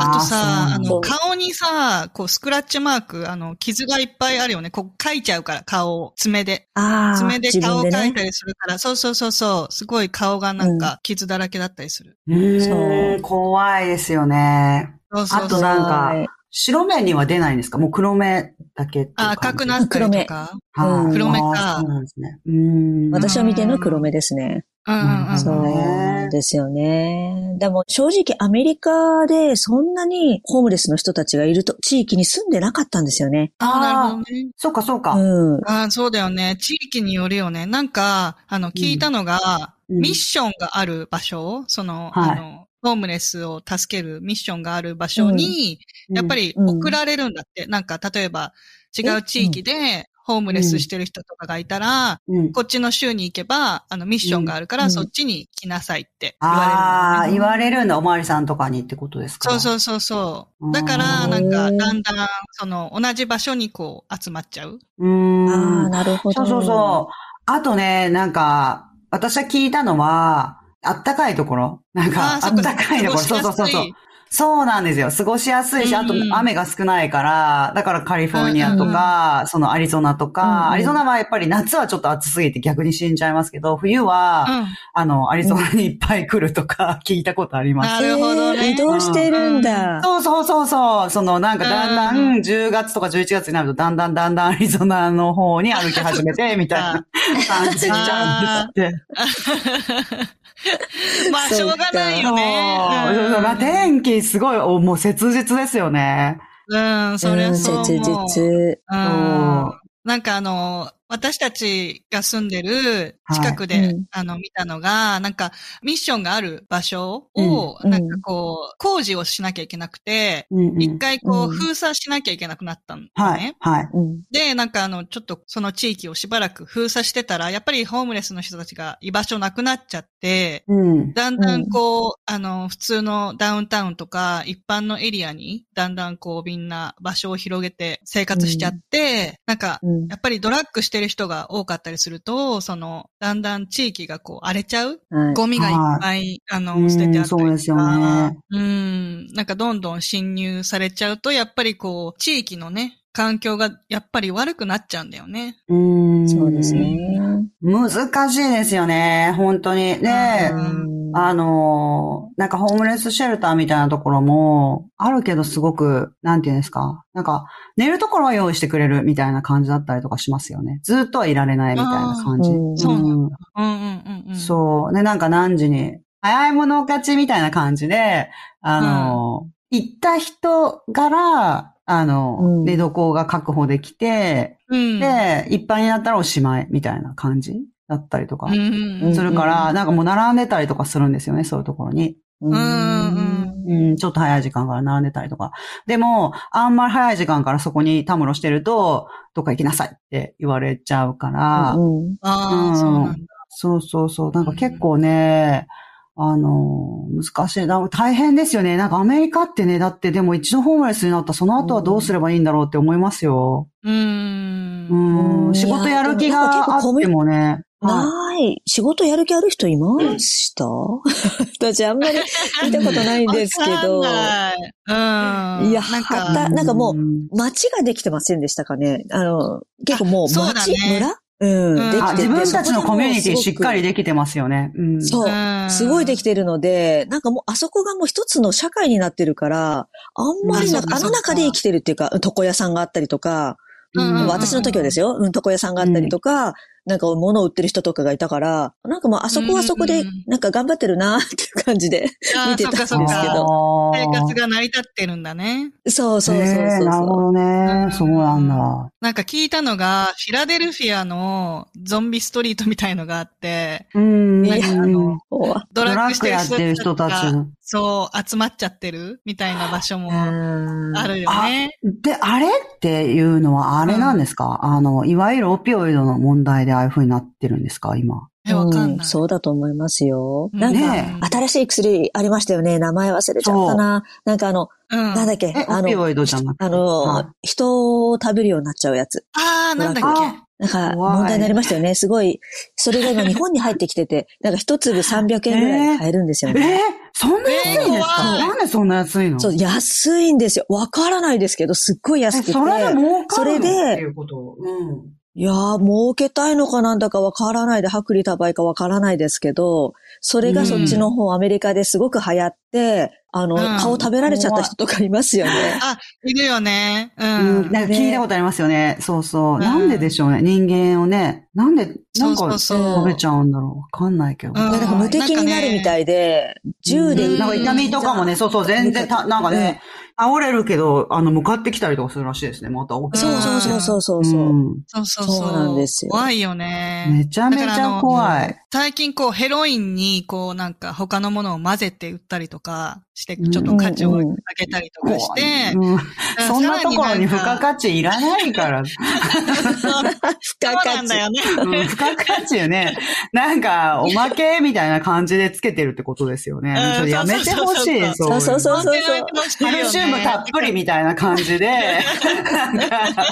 C: あ
D: あー
C: とさ、あ
D: そうなん
E: だ
C: の、顔にさ、こう、スクラッチマーク、あの、傷がいっぱいあるよね。こう、描いちゃうから、顔を、爪で。
E: ああ、
C: 爪で
E: 自
C: 顔を
E: 分で
C: 描い
E: ね。
C: たりするから、そうそうそうそう、すごい顔がなんか、傷だらけだったりする。
D: うー
E: そ
D: ん、怖いですよね。
C: そうそうそう。
D: あとなんか
E: はい
D: 白目には出ないんですかもう黒目だけっていう
C: あー、
D: 感じ
C: 赤くなったりとか。
D: はい
C: 黒目か
D: あーそうなんですね。うーん。
E: 私は見てるのは黒目ですね。
C: うんうんうん。
D: なる
E: そ
D: ほど
E: う
D: ね
E: なんですよね。でも正直アメリカでそんなにホームレスの人たちがいると地域に住んでなかったんですよね。
C: あなるほ
D: あ
C: ど
D: あ、
C: ね。
D: そうかそうか。
E: うん。
C: ああ、そうだよね。地域によるよね。なんか、あの、聞いたのが、
D: うん
C: ミッションがある場所、その、
D: はい
C: あの、ホームレスを助けるミッションがある場所に、やっぱり
E: うん
C: 送られるんだって。なんか、例えば、違う地域で、ホームレスしてる人とかがいたら、
D: うん、
C: こっちの州に行けば、あの、ミッションがあるから、
E: うん
C: そっちに来なさいって言
D: あ
C: われるんだよ
D: あ、
C: ね、
D: 言われるんだ。おまわりさんとかにってことですか
C: そう
D: う。
C: そうそうそう。
D: ん
C: だから、なんか、だんだん、その、同じ場所にこう、集まっちゃう。
D: うーん。
E: ああ、なるほ
D: そ
E: ど。
D: うそうそう。あとね、なんか、私は聞いたのは、あったかいところなんか、あ
C: ーそ
D: ったかいところ。そうそうそうそう。。そうなんですよ。過ごしやすいし、あと
C: うんうん
D: 雨が少ないから、だからカリフォルニアとか、そのアリゾナと
E: うんうん
D: か、アリゾナはやっぱり夏はちょっと暑すぎて逆に死んじゃいますけど、冬は、
C: 過ごしやすいうん
D: あの、アリゾナにいっぱい来るとか聞いたことあります。
C: なるほど
E: えー
C: ね
E: 移。動してるんだ。
D: そうそうそうそう、そのなんかだんだ
C: うん
D: ん10月とか11月になるとだんだんだんだんアリゾナの方に歩き 始めて、みたいな感じになって。
C: まあ、しょうがない
D: そ
C: よ
D: う、
C: ね。
D: そうそうまあ天気すごい、おもう切実ですよね。
C: うん、うんそりゃそう思う。
E: 切実。
C: う
D: そ
C: ん
D: う。
C: なんかあの、私たちが住んでる
D: はい
C: 近くで、
E: うん
C: あの、見たのが、なんか、ミッションがある場所を、
E: うん
C: なんかこう、工事をしなきゃいけなくて、
D: うんうん
C: 一回こう、
E: うん
C: 封鎖しなきゃいけなくなったんだ
D: は
C: ね
D: い。、はい。
E: うん。
C: で、なんかあの、ちょっとその地域をしばらく封鎖してたら、やっぱりホームレスの人たちが居場所なくなっちゃって、
D: うん。
C: だんだんこう、あの、普通のダウンタウンとか、一般のエリアに、だんだんこう、みんな場所を広げて生活しちゃって、なんか、
E: うん
C: やっぱりドラッグしてる人が多かったりすると、その、だんだん地域がこう、荒れちゃう
E: はい
C: ゴミがいっぱい、あ
D: う
C: の、
D: ん
C: 捨ててあったりとか。
D: そうですよね
C: うん。なんかどんどん侵入されちゃうと、やっぱりこう、地域のね、環境がやっぱり悪くなっちゃうんだよね。
D: うん
E: そうです。ね。
D: 難しいですよね、本当に。で
C: う、
E: ん
D: あのーなんかホームレスシェルターみたいなところも、あるけどすごく、なんていうんですか、なんか、寝るところは用意してくれるみたいな感じだったりとかしますよね。ずっとはいられないみたいな感じ。
E: あーうん
C: そうな
D: うん
C: うんうんうんうん。う。
D: そう。ね、なんか何時に、早い者勝ちみたいな感じで、あの、行った人から、あ
E: う
D: の、
E: ん
D: 寝床が確保できて、
C: うん。
D: で、一般になったらおしまいみたいな感じだったりとか
C: うんうんうん。
D: するから、なんかもう並んでたりとかするんですよね、そういうところに。
E: うん
C: うんうん
D: うん、ちょっと早い時間から並んでたりとか。でも、あんまり早い時間からそこにたむろしてると、どっか行きなさいって言われちゃうから、
E: うん
C: ああ、
D: うん
C: そうなんだ。
D: そうそうそう。なんか結構ね、あの、難しいな。大変ですよね。なんかアメリカってね、だってでも一度ホームレスになったらその後はどうすればいいんだろうって思いますよ。
C: う。
D: うんん。
E: うん
D: 仕事やる気があってもね。は
E: ない。仕事やる気ある人いました 私あんまり見たことないんですけど
C: わ、かんないうん。
E: いや
C: なん
E: は
D: い
C: か、
E: たなんかもう
D: うん
E: 町ができてませんでしたかねあの、結構もう
C: あそうだ
E: 町、
C: ね
E: 村う
C: うん
E: ん、でき
D: あ
E: てて
D: 自分たちのコミュニティしっかり
E: で。
D: できてますよね。うん。
E: そううんすごいできてるので、なんかもうあそこがもう一つの社会になってるから、あんまりなん
C: うん
E: かあの中で生きてるっていうか、うん床屋さんがあったりとか、
C: うんうんうん
E: 私の時はですよ、うん、床屋さんがあったりとか、なんか物を売ってる人とかがいたから、なんかもうあそこはそこ
C: う
E: で
C: んうんうん、
E: なんか頑張ってるなっていう感じで。
C: あ
E: 見
C: ー
E: て
C: そ
E: た
C: っかそ
E: ん
C: っ
E: ですけど
C: か。
D: あー
C: 生活が成り立ってるんだね。
E: そうそうそうそう
D: ねえ
E: そう。
D: なるほど
C: う
D: ね
C: ん。
D: そうなんだ。
C: なんか聞いたのが、フィラデルフィアのゾンビストリートみたいのがあって、
D: うん。
E: いや
C: あの
E: ほら
C: ド
D: ド
C: ラッ
D: ラ
C: グ
D: ッグやってる
C: 人
D: 人
C: た
D: た
C: ち
D: ち
C: が、
D: の。
C: そう、集まっちゃってるみたいな場所もあ
E: あ
C: るよね。
D: で、あれっていうのは、あれなんですか、あの、いわゆるオピオイドの問題でああいう風になってるんですか今。
C: え、わかん
E: う
C: ない。
E: そうだと思いますよ。なんか、
D: ねえ
E: 新しい薬ありましたよね。名前忘れちゃったな。なんかあの、
C: うん。
E: なんだっけ
D: え、
E: あ
D: オピ
E: の、
D: オイドじゃなくて。
E: あの、
D: はい
E: 人を食べるようになっちゃうやつ。
C: ああ、なんだっ
D: あ
E: なんか、
D: 怖い
E: 問題になりましたよね。すごい、それが今日本に入ってきて て、なんか一粒300円ぐらいで買えるんですよ
D: え
E: ね。
D: ーそんな安いんですか、
C: えー怖い
D: なんでそんな安いの
E: そう、安いんですよ。わからないですけど、すっごい
D: え
E: 安くて。
D: それで儲かるの
E: それで
D: っていうこと。うん。
E: いやー、儲けたいのかなんだかわからないで、薄利多売かわからないですけど、それがそっちの方、アメリカですごく流行って、あの、
C: うん
E: 顔食べられちゃった人とかいますよね。
C: けいるよね。う
D: うん、
C: ん。
D: なんか聞いたことありますよね。そうそう。
C: ん
D: なんででしょうね。人間をね。なんで、なん
C: そうそ
D: か
C: うそう
D: 食べちゃうんだろう。わかんないけど。
C: うん
E: なんか無敵になるみたいで、銃で
D: う
E: 撃
D: んなんか痛みとかもね、そうそう、全然た、なんかね、倒れるけど、あの、向かってきたりとかするらしいですね。また起きて
E: そうそうそうそうそうそう。
D: うん
C: そうそうそう。
E: そうなんですよ
C: 怖いよね。
D: めちゃめち
C: だからあ
D: ゃ
C: の
D: 怖い。
C: 最近こうヘロインにこうなんか他のものを混ぜて売ったりとかして、
D: うん
C: ちょっと価値を上げたりとかして、
D: うん
C: うん
D: そんなところに付加
C: か
D: 価値いらないから。
E: 付
C: そう
E: 加
C: な
E: 価
C: んだ
E: 値。
C: よね。
D: うん付加価値よね。なんか、おまけみたいな感じでつけてるってことですよね。
C: うん
D: それやめてほしい。
C: そ
E: そうそう
D: うい
E: そう
D: の
E: そう。
D: カルシウムたっぷりみたいな感じで。なんか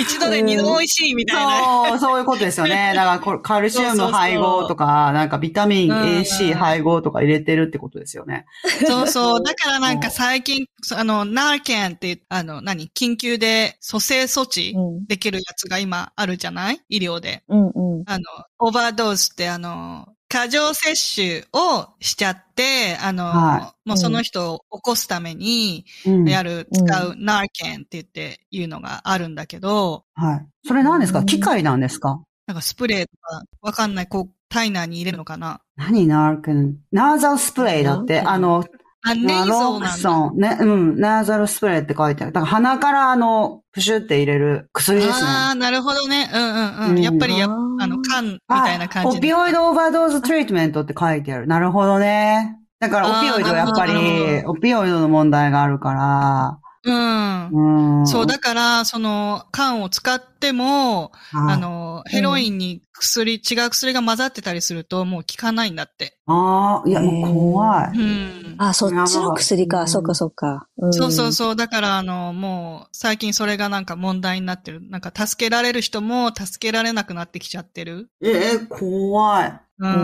C: 一度で二度美味しいみたいな。
D: そう、そういうことです よね。だからこれ、カルシウム配合とか、なんかビタミン
C: うん
D: AC 配合とか入れてるってことですよね。
C: そうそう。だからなんか最近、あの、ナーケンって、あの、何緊急で蘇生措置
E: うん
C: できるやつが今あるじゃない医療で。
E: うんうん。
C: あの、オーバードーズってあの、過剰摂取をしちゃって、あの、
D: は
C: もうその人を起こすために
D: うん
C: やる、使う、ナーケンって言っていうのがあるんだけど、
D: はい。それ何です
E: う
D: か
E: ん
D: 機械なんですか
C: なんかスプレーとか、わかんない、こう、体内に入れるのかな
D: 何ナーケンナーザルスプレーだっ
E: ナ
D: て、
E: ーケン
D: あの、
C: あ、ネイ
D: まあ
C: ゾ
D: ロ
C: ー
D: ーク
C: なんだ。
D: ソン。ね、うん、ナーザルスプレーって書いてある。だから鼻からあの、プシュって入れる薬ですね。
C: ああ、なるほどね。うんうんうん。
D: うん
C: やっぱりや、
E: あー
C: あの、缶み
D: あ
C: たいな感じ
D: オピ
C: で。
D: オイドオーバードーズトリートメントって書いてある。なるほどね。だから、オピオイドはやっぱ
C: あーなる
D: り、オピオイドの問題があるから、
C: うん。
D: うん。
C: そう、だから、その、缶を使っても、
D: はい
C: あの、ヘロインに薬、違う薬が混ざってたりすると、もう効かないんだって。
D: ああ、いや、もう怖い。
C: うん。
E: あ、そっちの薬
D: う
E: か。
D: ん
E: そっかそっか。。
C: そうそううんそう。だから、あの、もう、最近それがなんか問題になってる。なんか、助けられる人も、助けられなくなってきちゃってる。
D: ええ、怖い。
C: うん。
E: う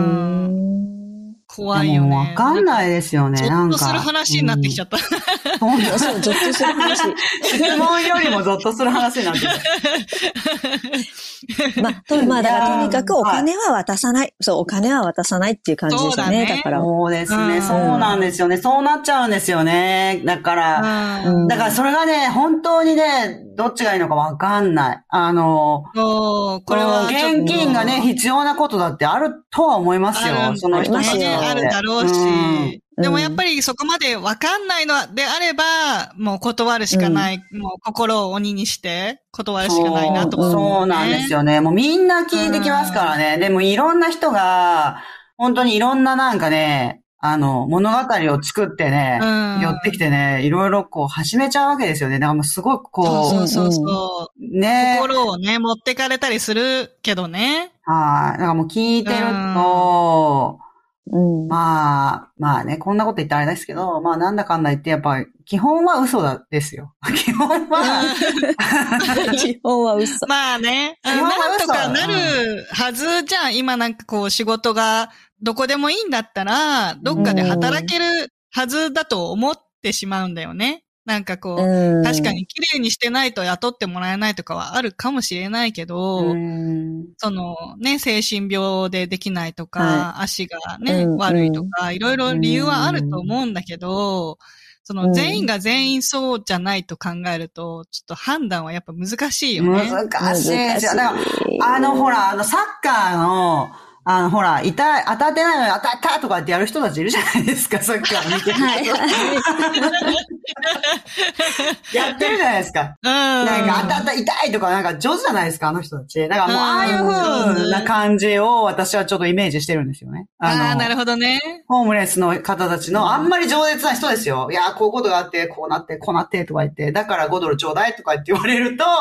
E: ん
C: 怖いよ
D: もう
C: ね。
D: わかん
C: い。
D: ないですよね、
C: ゾ
D: な
C: ッ
D: ん
C: と
D: か。
C: する話になってきちゃ
D: っ
C: った。
D: た。そう
E: いやそう、ゾッとする話。
D: 質問よりもゾッとする話になってきた。
E: まあ、とまあ、だか
D: いや
E: ら
D: ー
E: とにかくお金は渡さない。そう、お金は渡さないっていう感じでし
C: そう
E: た
C: だ
E: ね。
C: ね
E: だから。
D: そうです
C: う
D: ね、
C: ん
D: そうなんですよね。そうなっちゃうんですよね。だから、
C: うん
E: うん
D: だからそれがね、本当にね、どっちがいいのかわかんない。あの、
C: そう、これはちょっと。
D: 現金がね、必要なことだってあるとは思います
C: あ
D: よ。
C: る
D: その人たち
E: あります
D: に
E: よ
D: とって
C: あるだろうし。でもやっぱりそこまでわかんないのであれば、もう断るしかない、もう心を鬼にして断るしかないなと思う、
D: そうそうなんです。よね。もうみんな聞いてきますからね。でもいろんな人が、本当にいろんななんかね、あの、物語を作ってね、
C: うん
D: 寄ってきてね、いろいろこう始めちゃうわけですよね。だからもうすごくこ、
C: そううそうそう。
D: ね。
C: 心をね、持ってかれたりするけどね。
D: はい。なんかもう聞いてると、
E: うん。
D: まあ、まあね、こんなこと言ったらあれですけど、まあなんだかんだ言って、やっぱ、基本は嘘だですよ。 基本は、
E: 基本は嘘。
C: まあね、うん
D: 基本は
C: なんと
D: 嘘
C: かなるはずじゃん。今なんかこう仕事がどこでもいいんだったら、どっかで働けるはずだと思ってしまうんだよね。なんかこう、
E: うん
C: 確か。に綺麗にしてないと雇ってもらえないとかはあるかもしれないけど、
D: うん
C: そのね、精神病でできないとか、足がね、
E: うん
C: 悪いとか、いろいろ理由はあると思うんだけど、その全員が全員そうじゃないと考えると、ちょっと判断はやっぱ難しいよね。
D: 難しいですよ。だから、
E: あ
D: あの、ほら、あの、サッカーの、あの、ほら、痛い、当たってないのに当たったとかってやる人たちいるじゃないですか、サ ッカー見てる。
E: はい。
D: やってるじゃないですか。
C: うん。
D: なんか、当たった、痛いとか、なんか上手じゃないですか、あの人たち。だからもう、
C: うん
D: ああいう風な感じを私はちょっとイメージしてるんですよね。
C: ああ、
D: の
C: なるほどね。
D: ホームレスの方たちの、あんまり上舌な人ですよ。いやー、こういうことがあって、こうなって、こうなって、とか言って、だから5ドルちょうだいとか言って言われると、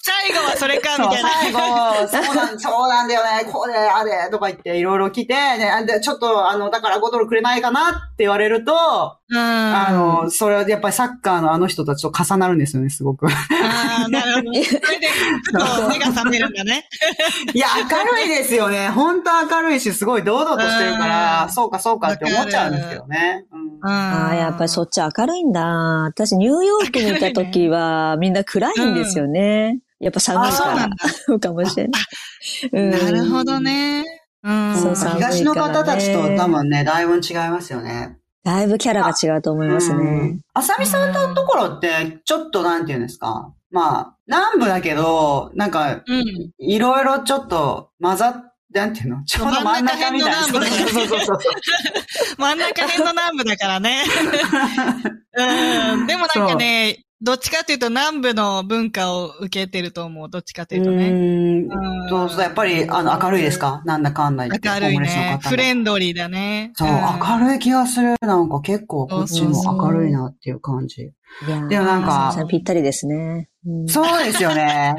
C: 最後はそれか、み
D: そう
C: たいな。
D: 最後、そうなん、そうなんだよね、こうで、あれ、とか言って、いろいろ来て、ね、あでちょっと、あの、だから5ドルくれないかなって言われると、
C: うん。
D: あ
C: あ
D: の、それはやっぱりサッカーのあの人たちと重なるんですよね、すご く。
C: あ、なるほど。それで、ちょっと目が覚めるんだね。
D: いや、明るいですよね。本当明るいし、すごい堂々としてるか
C: う
D: ら、
C: ん
D: そうかそうかって思っちゃうんですけどね。うん
E: あ
C: あ
E: あ、やっぱりそっち明るいんだ。私、ニューヨークにいた時は、みんな暗いんですよね。やっぱ寒い
D: あそう
E: か
C: な
E: ら
C: ん、
E: そうかもしれない。うん
C: なるほど。ね。うん。
E: そう
D: うん
E: 寒いからね
D: 東の方たちと多分ね、だいぶ違いますよね。
E: だいぶキャラが違うと思いますね。。
D: あさみさんのところって、ちょっとなんて言うんですか。まあ、南部だけど、なんか、
C: うん。
D: いろいろちょっと混ざっなんていうのちょうど真ん中みたいな。
C: 真ん中辺の
D: そうそうそうそう。
C: 真ん中辺の南部だから ね。うん。でもなんかね、どっちかというと南部の文化を受けてると思う。どっちかというとね。
D: うーん。
C: うん
D: そうそう、やっぱり、あの、明るいですかなんだかんだ言って。
C: 明るい
D: ホームレスの
C: ね
D: 方。も
C: フレンドリーだね。
D: そう、
C: ん
D: 明るい気がする。なんか結構、こっち
C: そう
E: そ
D: も
E: うそう
D: 明るいなっていう感じ。
E: いやー
D: でもなんか
E: そうそうぴったりですね。うん
D: そうですよね。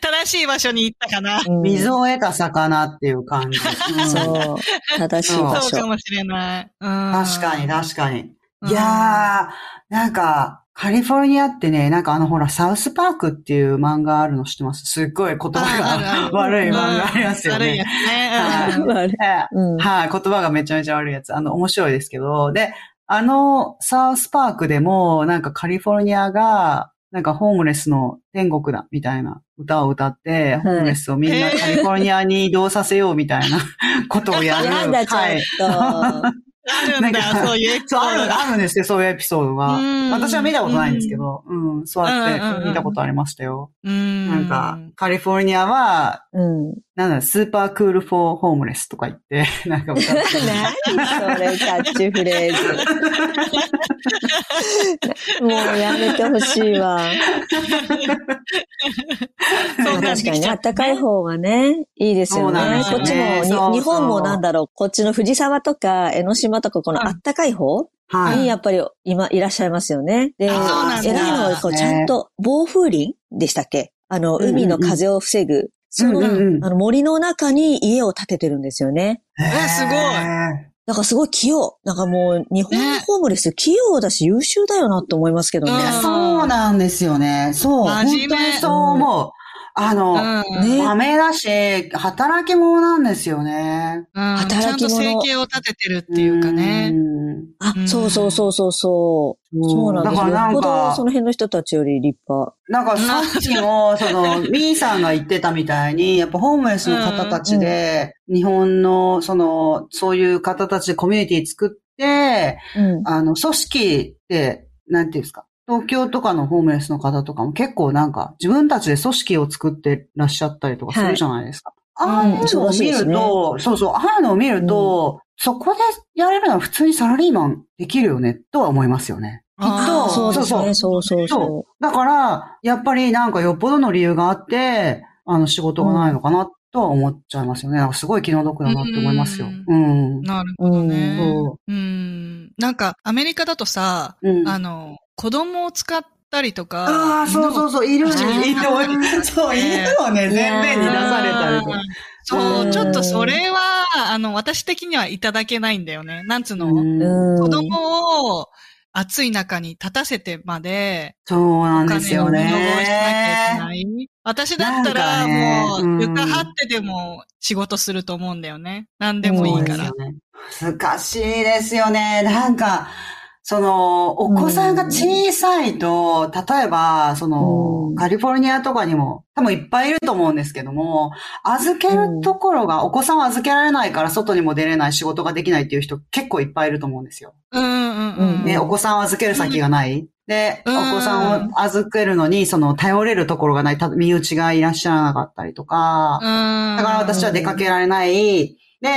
C: 正しい場所に行ったかな。
E: うん
D: 水を得た魚っていう感じ。うん
E: そう。正しい場
C: そうか
E: 所。
C: もしれない。うん。
D: 確かに、確かに。
C: うん
D: いやー、なんか、カリフォルニアってね、なんかあのほら、サウスパークっていう漫画あるの知ってますすっごい言
C: ああ
D: 葉
C: る
D: が 悪い漫画ありますよ
C: 悪い
D: ね
C: や。つね。
D: はい
C: うん
E: 悪い
D: は い、
E: うん
D: はい言葉がめちゃめちゃ悪いやつ。あの、面白いですけど、で、あの、サウスパークでも、なんかカリフォルニアが、なんかホームレスの天国だ、みたいな歌を歌って、ホームレスをみんなカリフォルニアに移動させよう、みたいな ことをやる。
E: やだ、ちょ
D: はい。
E: っと。
C: あるん
D: なんか
C: だ、そういうエピ
D: そ
C: ソ
D: う、あ
C: ード
D: る、
C: が。
D: あるんですよ、そういうエピソードが
C: うん。
D: 私は見たことないんですけど、うん、そうや
C: うんうん
D: っ
C: うん
D: て見たことありましたよ。
C: うん
D: なんか、カリフォルニアは、
E: うん。
D: なんだ、スーパークールフォーホームレスとか言って、 なんか 歌ってる
E: 何それ、キャッチフレーズ。もうやめてほしいわ。
C: そう感
E: 確
C: じ
E: か
C: きち
E: にね、
C: ゃ
E: あ
C: っ
E: ったたかい方がね、いいですよ
D: そうなん
E: ね。
D: です
E: こ
D: よ
E: っち
D: ねそう
E: も
D: そう
E: に、日本もなんだろう、こっちの藤沢とか、江ノ島とか、このあったかい方
D: は
E: に
D: い。
E: やっぱり今いらっしゃいますよね。で、
C: あそうなんだ
E: 偉いのは、こう、ちゃんと暴風林でしたっけあの、海の風を防ぐ。その、
D: うんうんうん
E: あの森の中に家を建ててるんですよね。
C: えすごい
E: なんかすごい器用。なんかもう、日本のホームレス、器用だし優秀だよなって思いますけどね。
C: うん
D: いや、そうなんですよね。そう。本
C: 真面目
D: 当にそう思う。あの、
C: うん
E: ね
D: ダメだし、働き者なんですよね。
C: うん
E: 働き者
C: ちゃんと生計を立ててるっていうかね。
D: ん。
E: あ
C: う、ん
E: そうそうそうそうそう。
D: うん
E: そうなんです
D: だ
E: よ。
D: からな
E: よ
D: ん
E: っ
D: か
E: ぽどその辺の人たちより立派。
D: なんかさっきも、その、ミーさんが言ってたみたいに、やっぱホームレスの方たちで、日本の、その、そういう方たちでコミュニティ作って、
E: うん。
D: あの、組織って、なんていうんですか、東京とかのホームレスの方とかも結構なんか、自分たちで組織を作ってらっしゃったりとかするじゃないですか。
E: はい
D: ああ
E: う
D: いうの
E: ん忙
D: を
E: しい
D: 見
E: です
D: る
E: ね
D: と、そうそう、ああいうのを見ると、そこでやれるのは普通にサラリーマンできるよね、とは思いますよね。
C: あー
E: そうですね。
D: そ
E: そううそう
D: そ
E: う
D: そ
E: そ
D: だから、やっぱりなんかよっぽどの理由があって、あの仕事がないのかなっとは思っちゃいますよね。なんかすごい気の毒だなって思いますよ。
C: う
D: うん。
C: なるほどね。
D: そ
C: うん。なんか、アメリカだとさ、
D: うん
C: あの、子供を使ったりとか。
D: ああ、そうそう
C: う。
D: そう、いる、いる
E: ね、
D: そう、いるよね、前面に出されたりとか。
C: そうう、
E: ん
C: ちょっとそれは、あの、私的にはいただけないんだよね。なんつうの、
D: うん
C: 子供を暑い中に立たせてまで、
D: そうな
C: お
D: んで
C: 金
D: す
C: を
D: よ
C: 物乞いしなきゃいけ
D: ね。
C: ない。私だった
D: なんからね
C: もう、
D: うん
C: 床張ってでも仕事すると思うんだよね。何でもいいから。
D: そうですよね難しいですよね。なんか、その、お子さんが小さいと、例えば、その
E: う、ん
D: カリフォルニアとかにも、多分いっぱいいると思うんですけども、預けるところが、お子さんは預けられないから外にも出れない、仕事ができないっていう人結構いっぱいいると思うんですよ。
C: うんうんうん。
D: ね、お子さんを預ける先がない。で、お
C: うん
D: 子さんを預けるのに、その、頼れるところがない、た身内がいらっしゃらなかったりとか、
C: うん。
D: だから私は出かけられない。で、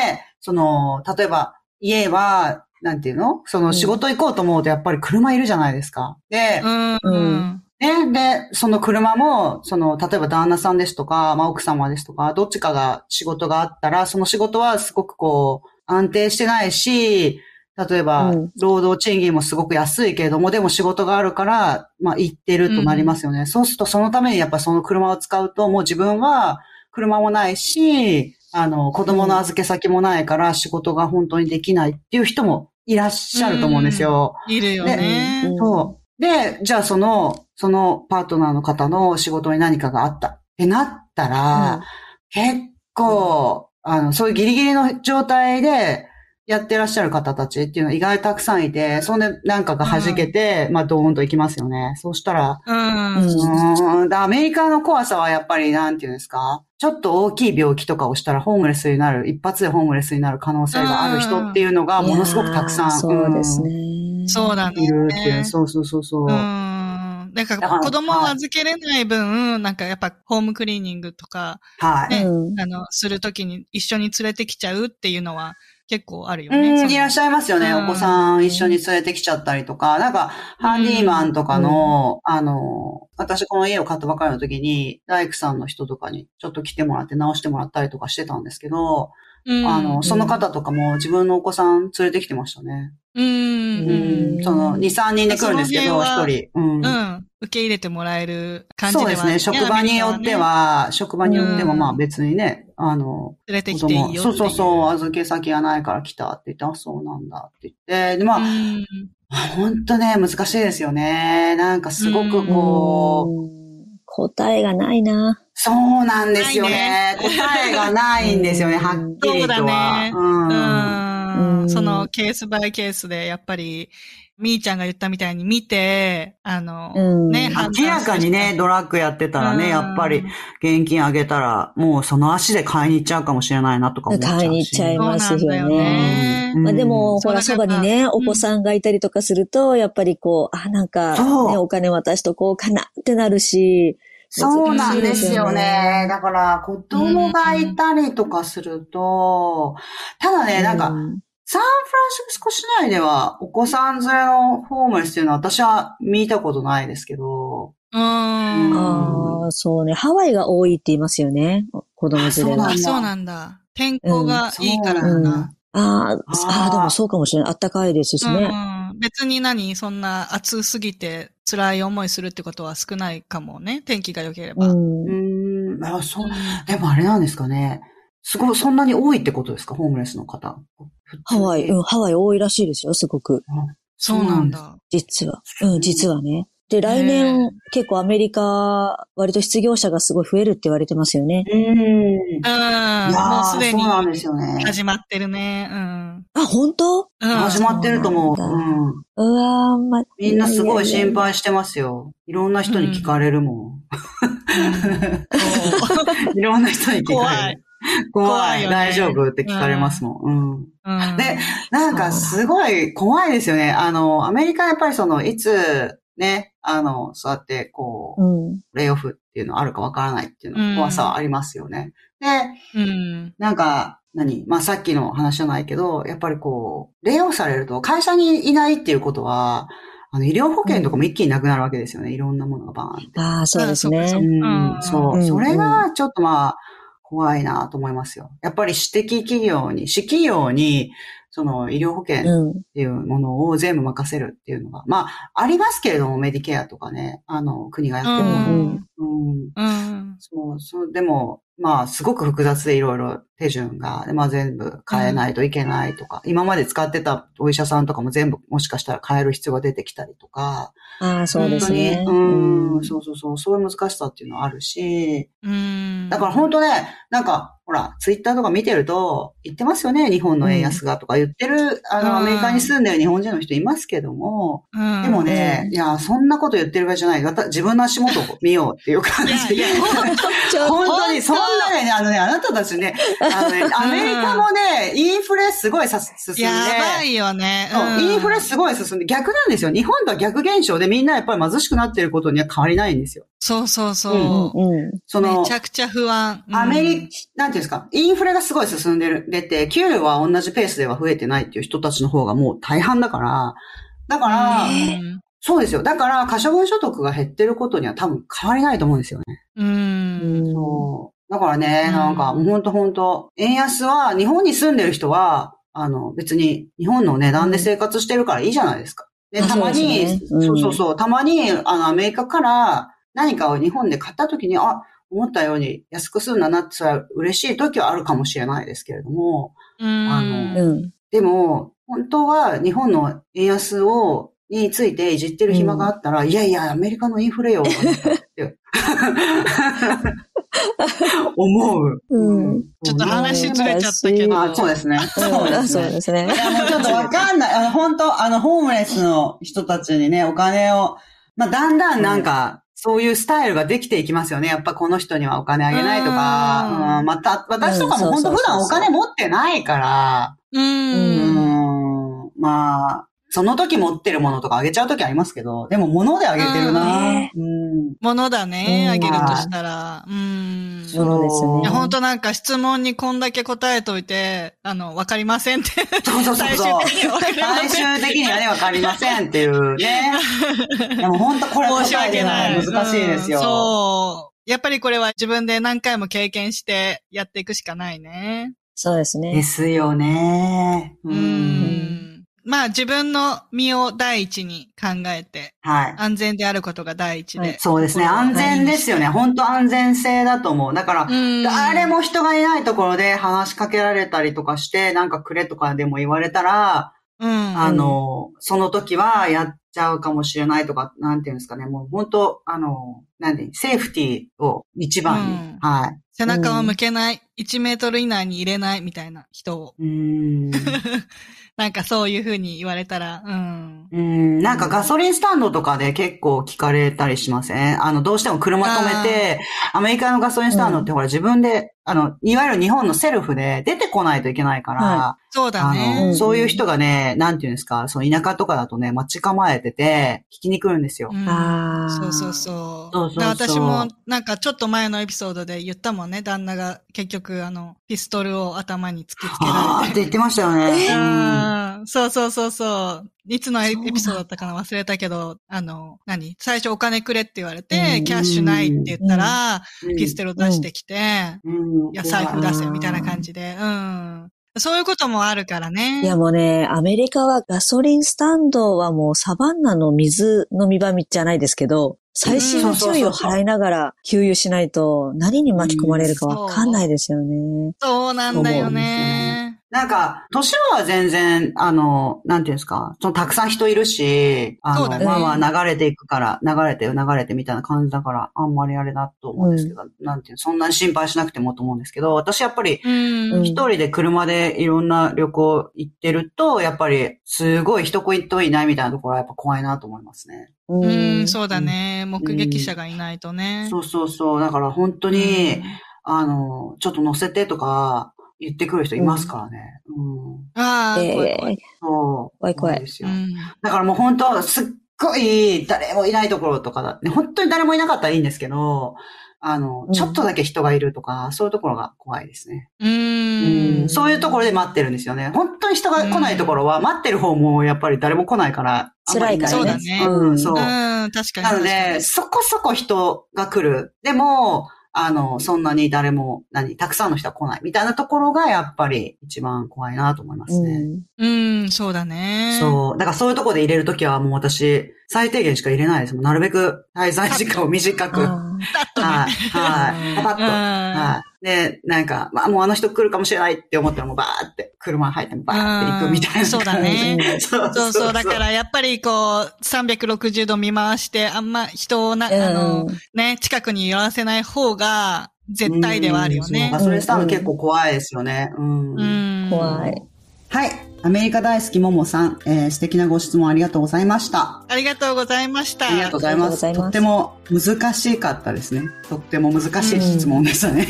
D: その、例えば、家は、なんていうのその仕事行こうと思うとやっぱり車いるじゃないですか。で
C: う、んうん。
D: ね、で、その車も、その、例えば旦那さんですとか、まあ奥様ですとか、どっちかが仕事があったら、その仕事はすごくこう、安定してないし、例えば
E: うん、
D: 労働賃金もすごく安いけれども、でも仕事があるから、まあ行ってるとなりますよね。そうするとそのためにやっぱその車を使うと、もう自分は車もないし、あの、子供の預け先もないから仕事が本当にできないっていう人もいらっしゃると思うんですよ。
C: いるよね。
E: ね
D: そう。で、じゃあその、そのパートナーの方の仕事に何かがあったってなったら、結構、あの、そういうギリギリの状態でやってらっしゃる方たちっていうのは意外とたくさんいて、そんでなんかが弾けて、まあドーンといきますよね。そうしたら、
C: うん。
D: うーん、だアメリカの怖さはやっぱり、なんていうんですかちょっと大きい病気とかをしたらホームレスになる、一発でホームレスになる可能性がある人っていうのがものすごくたくさん。
E: そうです
D: ん。
E: ね。
C: そうだね。
D: いるっていう、そうそうそうそう。
C: うん。なん
D: だか
C: から子供を預けれない分、なんかやっぱホームクリーニングとか、
D: はい。
C: ね
E: うん
C: あの、するときに一緒に連れてきちゃうっていうのは結構あるよ
D: う
C: ね。そ
D: ん、
C: の
D: いらっしゃいますよね。
C: うん
D: お子さん一緒に連れてきちゃったりとか、なんか、ハンディーマンとかの、あの、私この家を買ったばかりの時に、大工さんの人とかにちょっと来てもらって直してもらったりとかしてたんですけど、
C: うん
D: あの、その方とかも自分のお子さん連れてきてましたね。
C: うん。
D: う
C: うん
D: ん、その、2、3人で来るんですけ
C: その
D: ど、
C: 辺は
D: 1人。うん。
C: うん。受け入れてもらえる感じ
D: そ
C: で
D: う
C: はあ
D: で
C: る
D: すね。職場によって。は、職場によっては、
C: うん
D: まあ別にね、あの、
C: アメリカはね連れて
D: 子
C: きていいよってい
D: 供、そうそうそう、預け先がないから来たって言って、あ、そうなんだって言って、でまあ、
C: うん。
D: 本当ね、難しいですよね。なんかすごくこう、
E: うん答えがないな。
D: そうなんですよ
C: な
D: ね
C: いね。
D: 答えがない んですよね、
E: うん
D: はっきりと
C: そうだね
D: は。
C: う
E: うんん
C: そのケースバイケースで、やっぱり、みーちゃんが言ったみたいに見て、あの、
E: うん
C: ね、
D: うん
C: 判断す
D: 明
C: る
D: らかにね、ドラッグやってたらね、やっぱり、現金あげたら、もうその足で買いに行っちゃうかもしれないなとか思っちゃうし。
E: 買いに行っちゃい
C: そう
E: ます
C: な
E: よ
C: んだよ
E: ね
C: ね。
D: うん
E: まあでも、ほら、
C: そ
E: そう
C: だ
E: ば
C: から
E: にね、お子さんがいたりとかすると、やっぱりこう、あ、なんか、
D: そう
E: ね、お金渡しとこうかなってなるし、
D: そうなんですよね。だから、子供がいたりとかすると、ただね、なんか、サンフランシスコ市内では、お子さん連れのホームレスっていうのは私は見たことないですけど、
C: うん。
E: ああ、そうね。ハワイが多いって言いますよね。子供連れ
D: あ
E: が
C: あ、。そうなんだ。天候がいいから
E: う
C: か
E: ん、
C: な
E: あ。あー、
D: あ
E: あ
D: ー
E: ーでもそうかもしれない。あったかいですしね。
C: うん、別に何、そんな暑すぎて辛い思いするってことは少ないかもね。天気が良けれ
E: う
C: ば。
E: ん。
D: うーん、あ、そう、でもあれなんですかね。すごい、そんなに多いってことですかホームレスの方。
E: ハワイ、うん、ハワイ多いらしいですよ、すごく。
C: そうなんだ。
E: 実は。うん、実はね。で、来
C: ね
E: 年、結構アメリカ、割と失業者がすごい増えるって言われてますよね。
D: うーん。い
C: うん。
D: やー
C: もうすでに
D: そうなんですよね。
C: 始まってるね。うん。
E: あ、本当
C: うん、
D: 始まってると思う。
E: そう
D: うん。
E: うわー、ま、
D: みんなすごい
E: やや
D: 心
E: や。
D: 配してますよ。いろんな人に聞かれる も
C: そう
D: ん。いろんな人に聞か
C: 怖
D: れ
C: い
D: る。。怖い。
C: 怖いよね
D: 大丈夫って聞かれますもん。うん。
C: うん
D: で、なんかすごい怖いですよね。あの、アメリカやっぱりその、いつ、ね、あの、そうやって、こう、
E: うん。
D: レイオフっていうのあるかわからないっていう
C: うん
D: の怖さはありますよね。で、
C: うん。
D: なんか、何まあ、さっきの話じゃないけど、やっぱりこう、レイオフされると会社にいないっていうことは、あの、医療保険とかも一気になくなるわけですよね。いろんなものがバーンって。
E: ああ、そうです
C: あ
E: ね
C: そっかそっ。か
D: うん、そうう。
E: ん
D: それが、ちょっとまあ、怖いなと思いますよ。やっぱり私的企業に、私企業に、その医療保険
E: うん。
D: っていうものを全部任せるっていうのが、まあ、ありますけれども、メディケアとかね、あの、国がやってるのは。
C: うん
D: うん
C: うん。
D: そう、そう、でも、まあ、すごく複雑でいろいろ手順が、でまあ全部変えないといけないとか、今まで使ってたお医者さんとかも全部もしかしたら変える必要が出てきたりとか、
E: ああ、そうで
D: 本当
E: す
D: に、
E: ね。
D: うん、
E: うん
D: そうそうそう、そういう難しさっていうのはあるし、
C: うん。
D: だから本当ね、なんか、ほら、ツイッターとか見てると、言ってますよね、日本の円安がとか言ってる、あ
C: うん
D: の、アメリカに住んでる日本人の人いますけども、
C: うん
D: でもね、
E: うん
D: いや、そんなこと言ってる場合じゃない、わた自分の足元を見ようっていう感じ。
C: いやいや
E: ちょっと
D: 本当に、そんなね、あのね、あなたたちね、あのね、アメリカもね、インフレすごいさ進んで、
C: やばいよね。
D: そう
C: うん
D: インフレすごい進んで、逆なんですよ。日本とは逆現象でみんなやっぱり貧しくなってることには変わりないんですよ。
C: そうそうそう。
E: うん。
D: そ
C: め
D: の
C: ち、ゃくちゃ不安。うん
D: アメリカ、なんていうんですか、インフレがすごい進んでる、出て、給料は同じペースでは増えてないっていう人たちの方がもう大半だから、だから、
C: うん
D: そうですよ。だから、可処分所得が減ってることには多分変わりないと思うんですよね。
C: う。
E: うんん
D: そう。だからね、
C: うん
D: なんか、もうほんとほんと、円安は、日本に住んでる人は、あの、別に、日本の値段で生活してるからいいじゃないですか。で、
E: あ
D: たまに、
E: そう
D: そう,、
E: ですねうん
D: そうそうたまに、あの、アメリカから何かを日本で買った時に、あ、思ったように安くするんだなって、それは嬉しい時はあるかもしれないですけれども、あの
E: うん。
D: でも、本当は日本の円安を、についていじってる暇があったら、いやいや、アメリカのインフレよ、 って。思う。
E: うん
C: ちょっと話ずれちゃったけど。
D: あそうですね。そう
E: あ
D: です
E: そう
D: ね。
E: ですね
D: い。や、もうちょっとわかんない。あの、本当あの、ホームレスの人たちにね、お金を、まあ、だんだんなんか、そういうスタイルができていきますよね。やっぱこの人にはお金あげない
C: う
D: と
C: ん
D: か、うん、また、私とかも
E: うん
D: 本
E: そ
D: 当
E: うそうそう
D: 普段お金持ってないから、
C: うん。
D: うーんまあ、その時持ってるものとかあげちゃう時ありますけど、でも物であげてるな。うん。
C: ものだね、
E: うん
C: あげるとしたら。うん。
E: そうですね
C: いや、
E: ほ
C: 本当なんか質問にこんだけ答えといて、あの、わかりませんって。
D: そうそうそう
C: 最終
D: そう。
C: 的にはわかりま
D: 最
C: せん。
D: 終的にはね、わかりませんっていう ね。でも本当これ
C: 申し訳ない。
D: 答えるのは難しいですよ。
C: うんそう。やっぱりこれは自分で何回も経験してやっていくしかないね。
E: そうです
D: で
E: ね。
D: すよね。う。
C: うんん。まあ自分の身を第一に考えて、
D: はい。
C: 安全であることが第一
E: は
C: で
E: い。
D: そうですね。安全ですよね。本当安全性だと思う。だから、
C: うん
D: 誰も人がいないところで話しかけられたりとかして、なんかくれとかでも言われたら、
C: うん。
D: あの、その時はやっちゃうかもしれないとか、なんていうんですかね、もう本当、あの、なんで、セーフティーを一番に、
C: うん
D: はい。
C: 背中を向けない、1メートル以内に入れないみたいな人を、
D: うーん。
C: なんかそういうふうに言われたら、うん。
D: うーんなんかガソリンスタンドとかで結構聞かれたりしませんあの、どうしても車止めて、アメリカのガソリンスタンドってほら自分で、あの、いわゆる日本のセルフで出てこないといけないから、
E: は
C: そうだ
D: あの、
C: ね。
E: うん
D: そういう人がね、なんていうんですか、その田舎とかだとね、待ち構えてて、聞きに来るんですよ。
C: うん
E: あー
C: そうそうそう。
D: そうそうそう
C: だから私も、なんかちょっと前のエピソードで言ったもんね、旦那が結局、あの、ピストルを頭に突きつけ
D: あ
C: られ
D: ーって
C: て。
D: 言ってましたよね。うん
C: うんそうそうそうそう。いつのエピソードだったかな忘れたけど、あの、何最初お金くれって言われて
E: う、ん
C: キャッシュないって言ったら、
D: うん
C: ピストルを出してきて、
D: うん
C: いや、財布出せみたいな感じで、うん。そういうこともあるからね。
E: いやもうね、アメリカはガソリンスタンドはもうサバンナの水飲み場じゃないですけど、最新の注意を払いながら給油しないと何に巻き込まれるかわかんないですよね。
C: そうなんだよね。
D: なんか、年は全然、あの、なんていうんですか、そのたくさん人いるし、あ
C: そ
D: の、
C: うだね
D: まあまあ流れていくから、流れてよ、流れてみたいな感じだから、あんまりあれだと思うんですけど、なんていう、そんなに心配しなくてもと思うんですけど、私やっぱり、
C: うん。
E: うん
D: 一人で車でいろんな旅行行ってると、やっぱり、すごい人食いといないみたいなところはやっぱ怖いなと思いますね。
E: う
C: うん、そうだ。ね。目撃者がいないとね。
D: そうそうそう。だから本当に、あの、ちょっと乗せてとか言ってくる人いますからね。うん。
C: ああ、
E: え
C: 怖い怖い
E: え
D: そう。
E: 怖い怖い
D: そうです
C: う
D: よ。
C: ん
D: だからもう本当、すっごい誰もいないところとかだね、本当に誰もいなかったらいいんですけど、あの
E: う、ん
D: ちょっとだけ人がいるとか、そういうところが怖いですね。
C: うーん。
D: そういうところで待ってるんですよね。本当に人が来ないところは、待ってる方もやっぱり誰も来ないから、あんま
E: 辛
D: り
E: い
C: からね
D: そうだね。うん、そう。
C: うん、確かに。
D: なので、そこそこ人が来る。でも、あの、そんなに誰も、何、たくさんの人は来ないみたいなところがやっぱり一番怖いなと思いますね。
E: うん
C: うん、そうだね。
D: そう。だからそういうところで入れるときはもう私、最低限しか入れないですもん。なるべく滞在時間を短く。はい。
E: あ
C: だとね。
D: はい。パパッと。
C: うん
D: はい。で、なんか、まあもうあの人来るかもしれないって思ったらもうバーって、車に入ってもバーって行くみたいな感じ。
C: そうだね
D: そう。
C: そうそう。だからら、やっぱりこう、360度見回して、あんま人をな、
E: ー
C: あの
E: うん、
C: ね、近くに寄らせない方が、絶対ではあるよね
D: うん。そうガソリンスタンド結構怖いですよね。うん。
C: うん。
E: 怖い。
D: はい。アメリカ大好きももさん、えー素敵なご質問ありがとうございました。
C: ありがとうございました。
D: ありがとうございます。
E: ありがとう
D: と
E: ご
D: っ
E: ざ
D: ても難しかったですね。とっても難しい質問でしたね。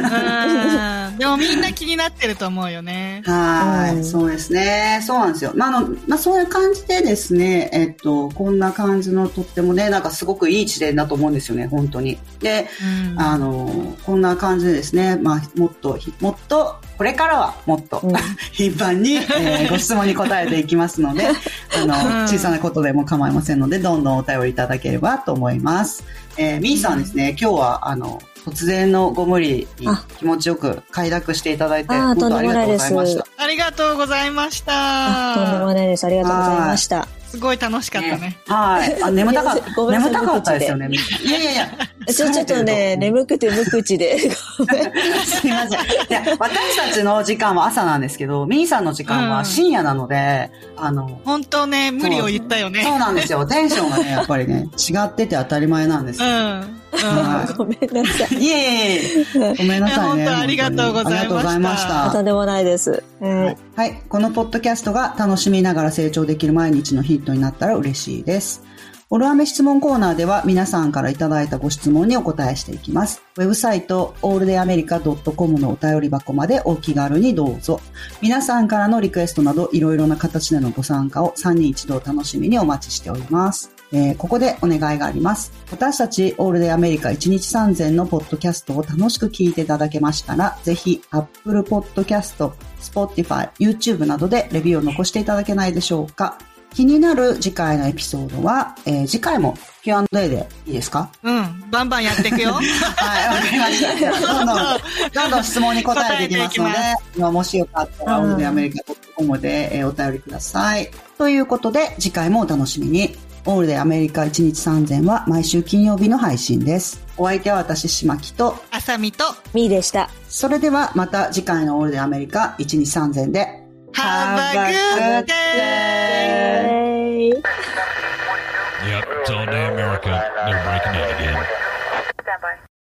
C: うんでもみんな気になってると思うよね。
D: は
E: う
D: い、
E: ん
D: そうですね。そうなんですよ。まあ、あの、まあ、そういう感じでですね、えっと、こんな感じのとってもね、なんかすごくいい一例だと思うんですよね、本当に。で、
C: うん
D: あの、こんな感じでですね、まあ、もっとひ、もっと、これからはもっと、
E: うん
D: 頻繁に、えーご質問に答えていきま すので、あ
C: う
D: の、
C: ん
D: 小さなことでも構いませんので、どんどんお便りいただければと思います。えー、みーさんですね、今日は、あの、突然のご無理に
E: あ
D: 気持ちよく快諾していただいて、
E: あー
D: 本当ありがとうござい
E: とんで
D: ま
E: もない
D: し
E: で
D: た
E: す。
C: ありがとうございまし
E: あ、とんで
C: た。
E: もないです。ありがとうございました。
C: すごい楽しかったね。
D: はい。あ、眠たかっ
E: ご
D: た。
E: めんなさ
D: 眠
E: い
D: たかったですよね。みんないやいやいや。
E: ちょちょっとね、眠くて無口で。ごめん
D: すいません。いや、私たちの時間は朝なんですけど、みーさんの時間は深夜なので、あの、
C: 本当ね、無理を言ったよね。
D: そうなんですよ。テンショ ンがね、やっぱりね、違ってて当たり前なんです
C: う
D: よ。
C: ん。うん。
D: は
E: ごめんなさい。
D: い。いえいえいえ。ごめんなさい ね。
C: いや本当ありがとうございました
D: ありがとうございまし
E: あ
D: た
E: と。んでもないです。はい。
D: はい。このポッドキャストが楽しみながら成長できる毎日のヒントになったら嬉しいです。オルアメ質問コーナーでは皆さんからいただいたご質問にお答えしていきます。ウェブサイト、alldayamerica.com のお便り箱までお気軽にどうぞ。皆さんからのリクエストなどいろいろな形でのご参加を3人一度楽しみにお待ちしております。えーここでお願いがあります。私たちオールデイアメリカ1日3000のポッドキャストを楽しく聞いていただけましたら、ぜひ Apple Podcast、Spotify、YouTube などでレビューを残していただけないでしょうか。気になる次回のエピソードは、えー次回も Q&A でいいですか
C: うん。バンバンやっていく よ。
D: はい、わかりました。 じゃあどんどん、どんどん質問に答えていきますので、
C: 答
D: まあもしよかったら、オ
E: うん
D: ールデイアメリカ .com で、えーお便りください。ということで、次回もお楽しみに。オールデイアメリカ1日3000は毎週金曜日の配信です。お相手は私、しまきと、
C: あさみと、
E: みーでした。
D: それではまた次回のオールデイアメリカ1日3000で、
C: Have a good day!
A: Yep, it's all day America. They're breaking it again.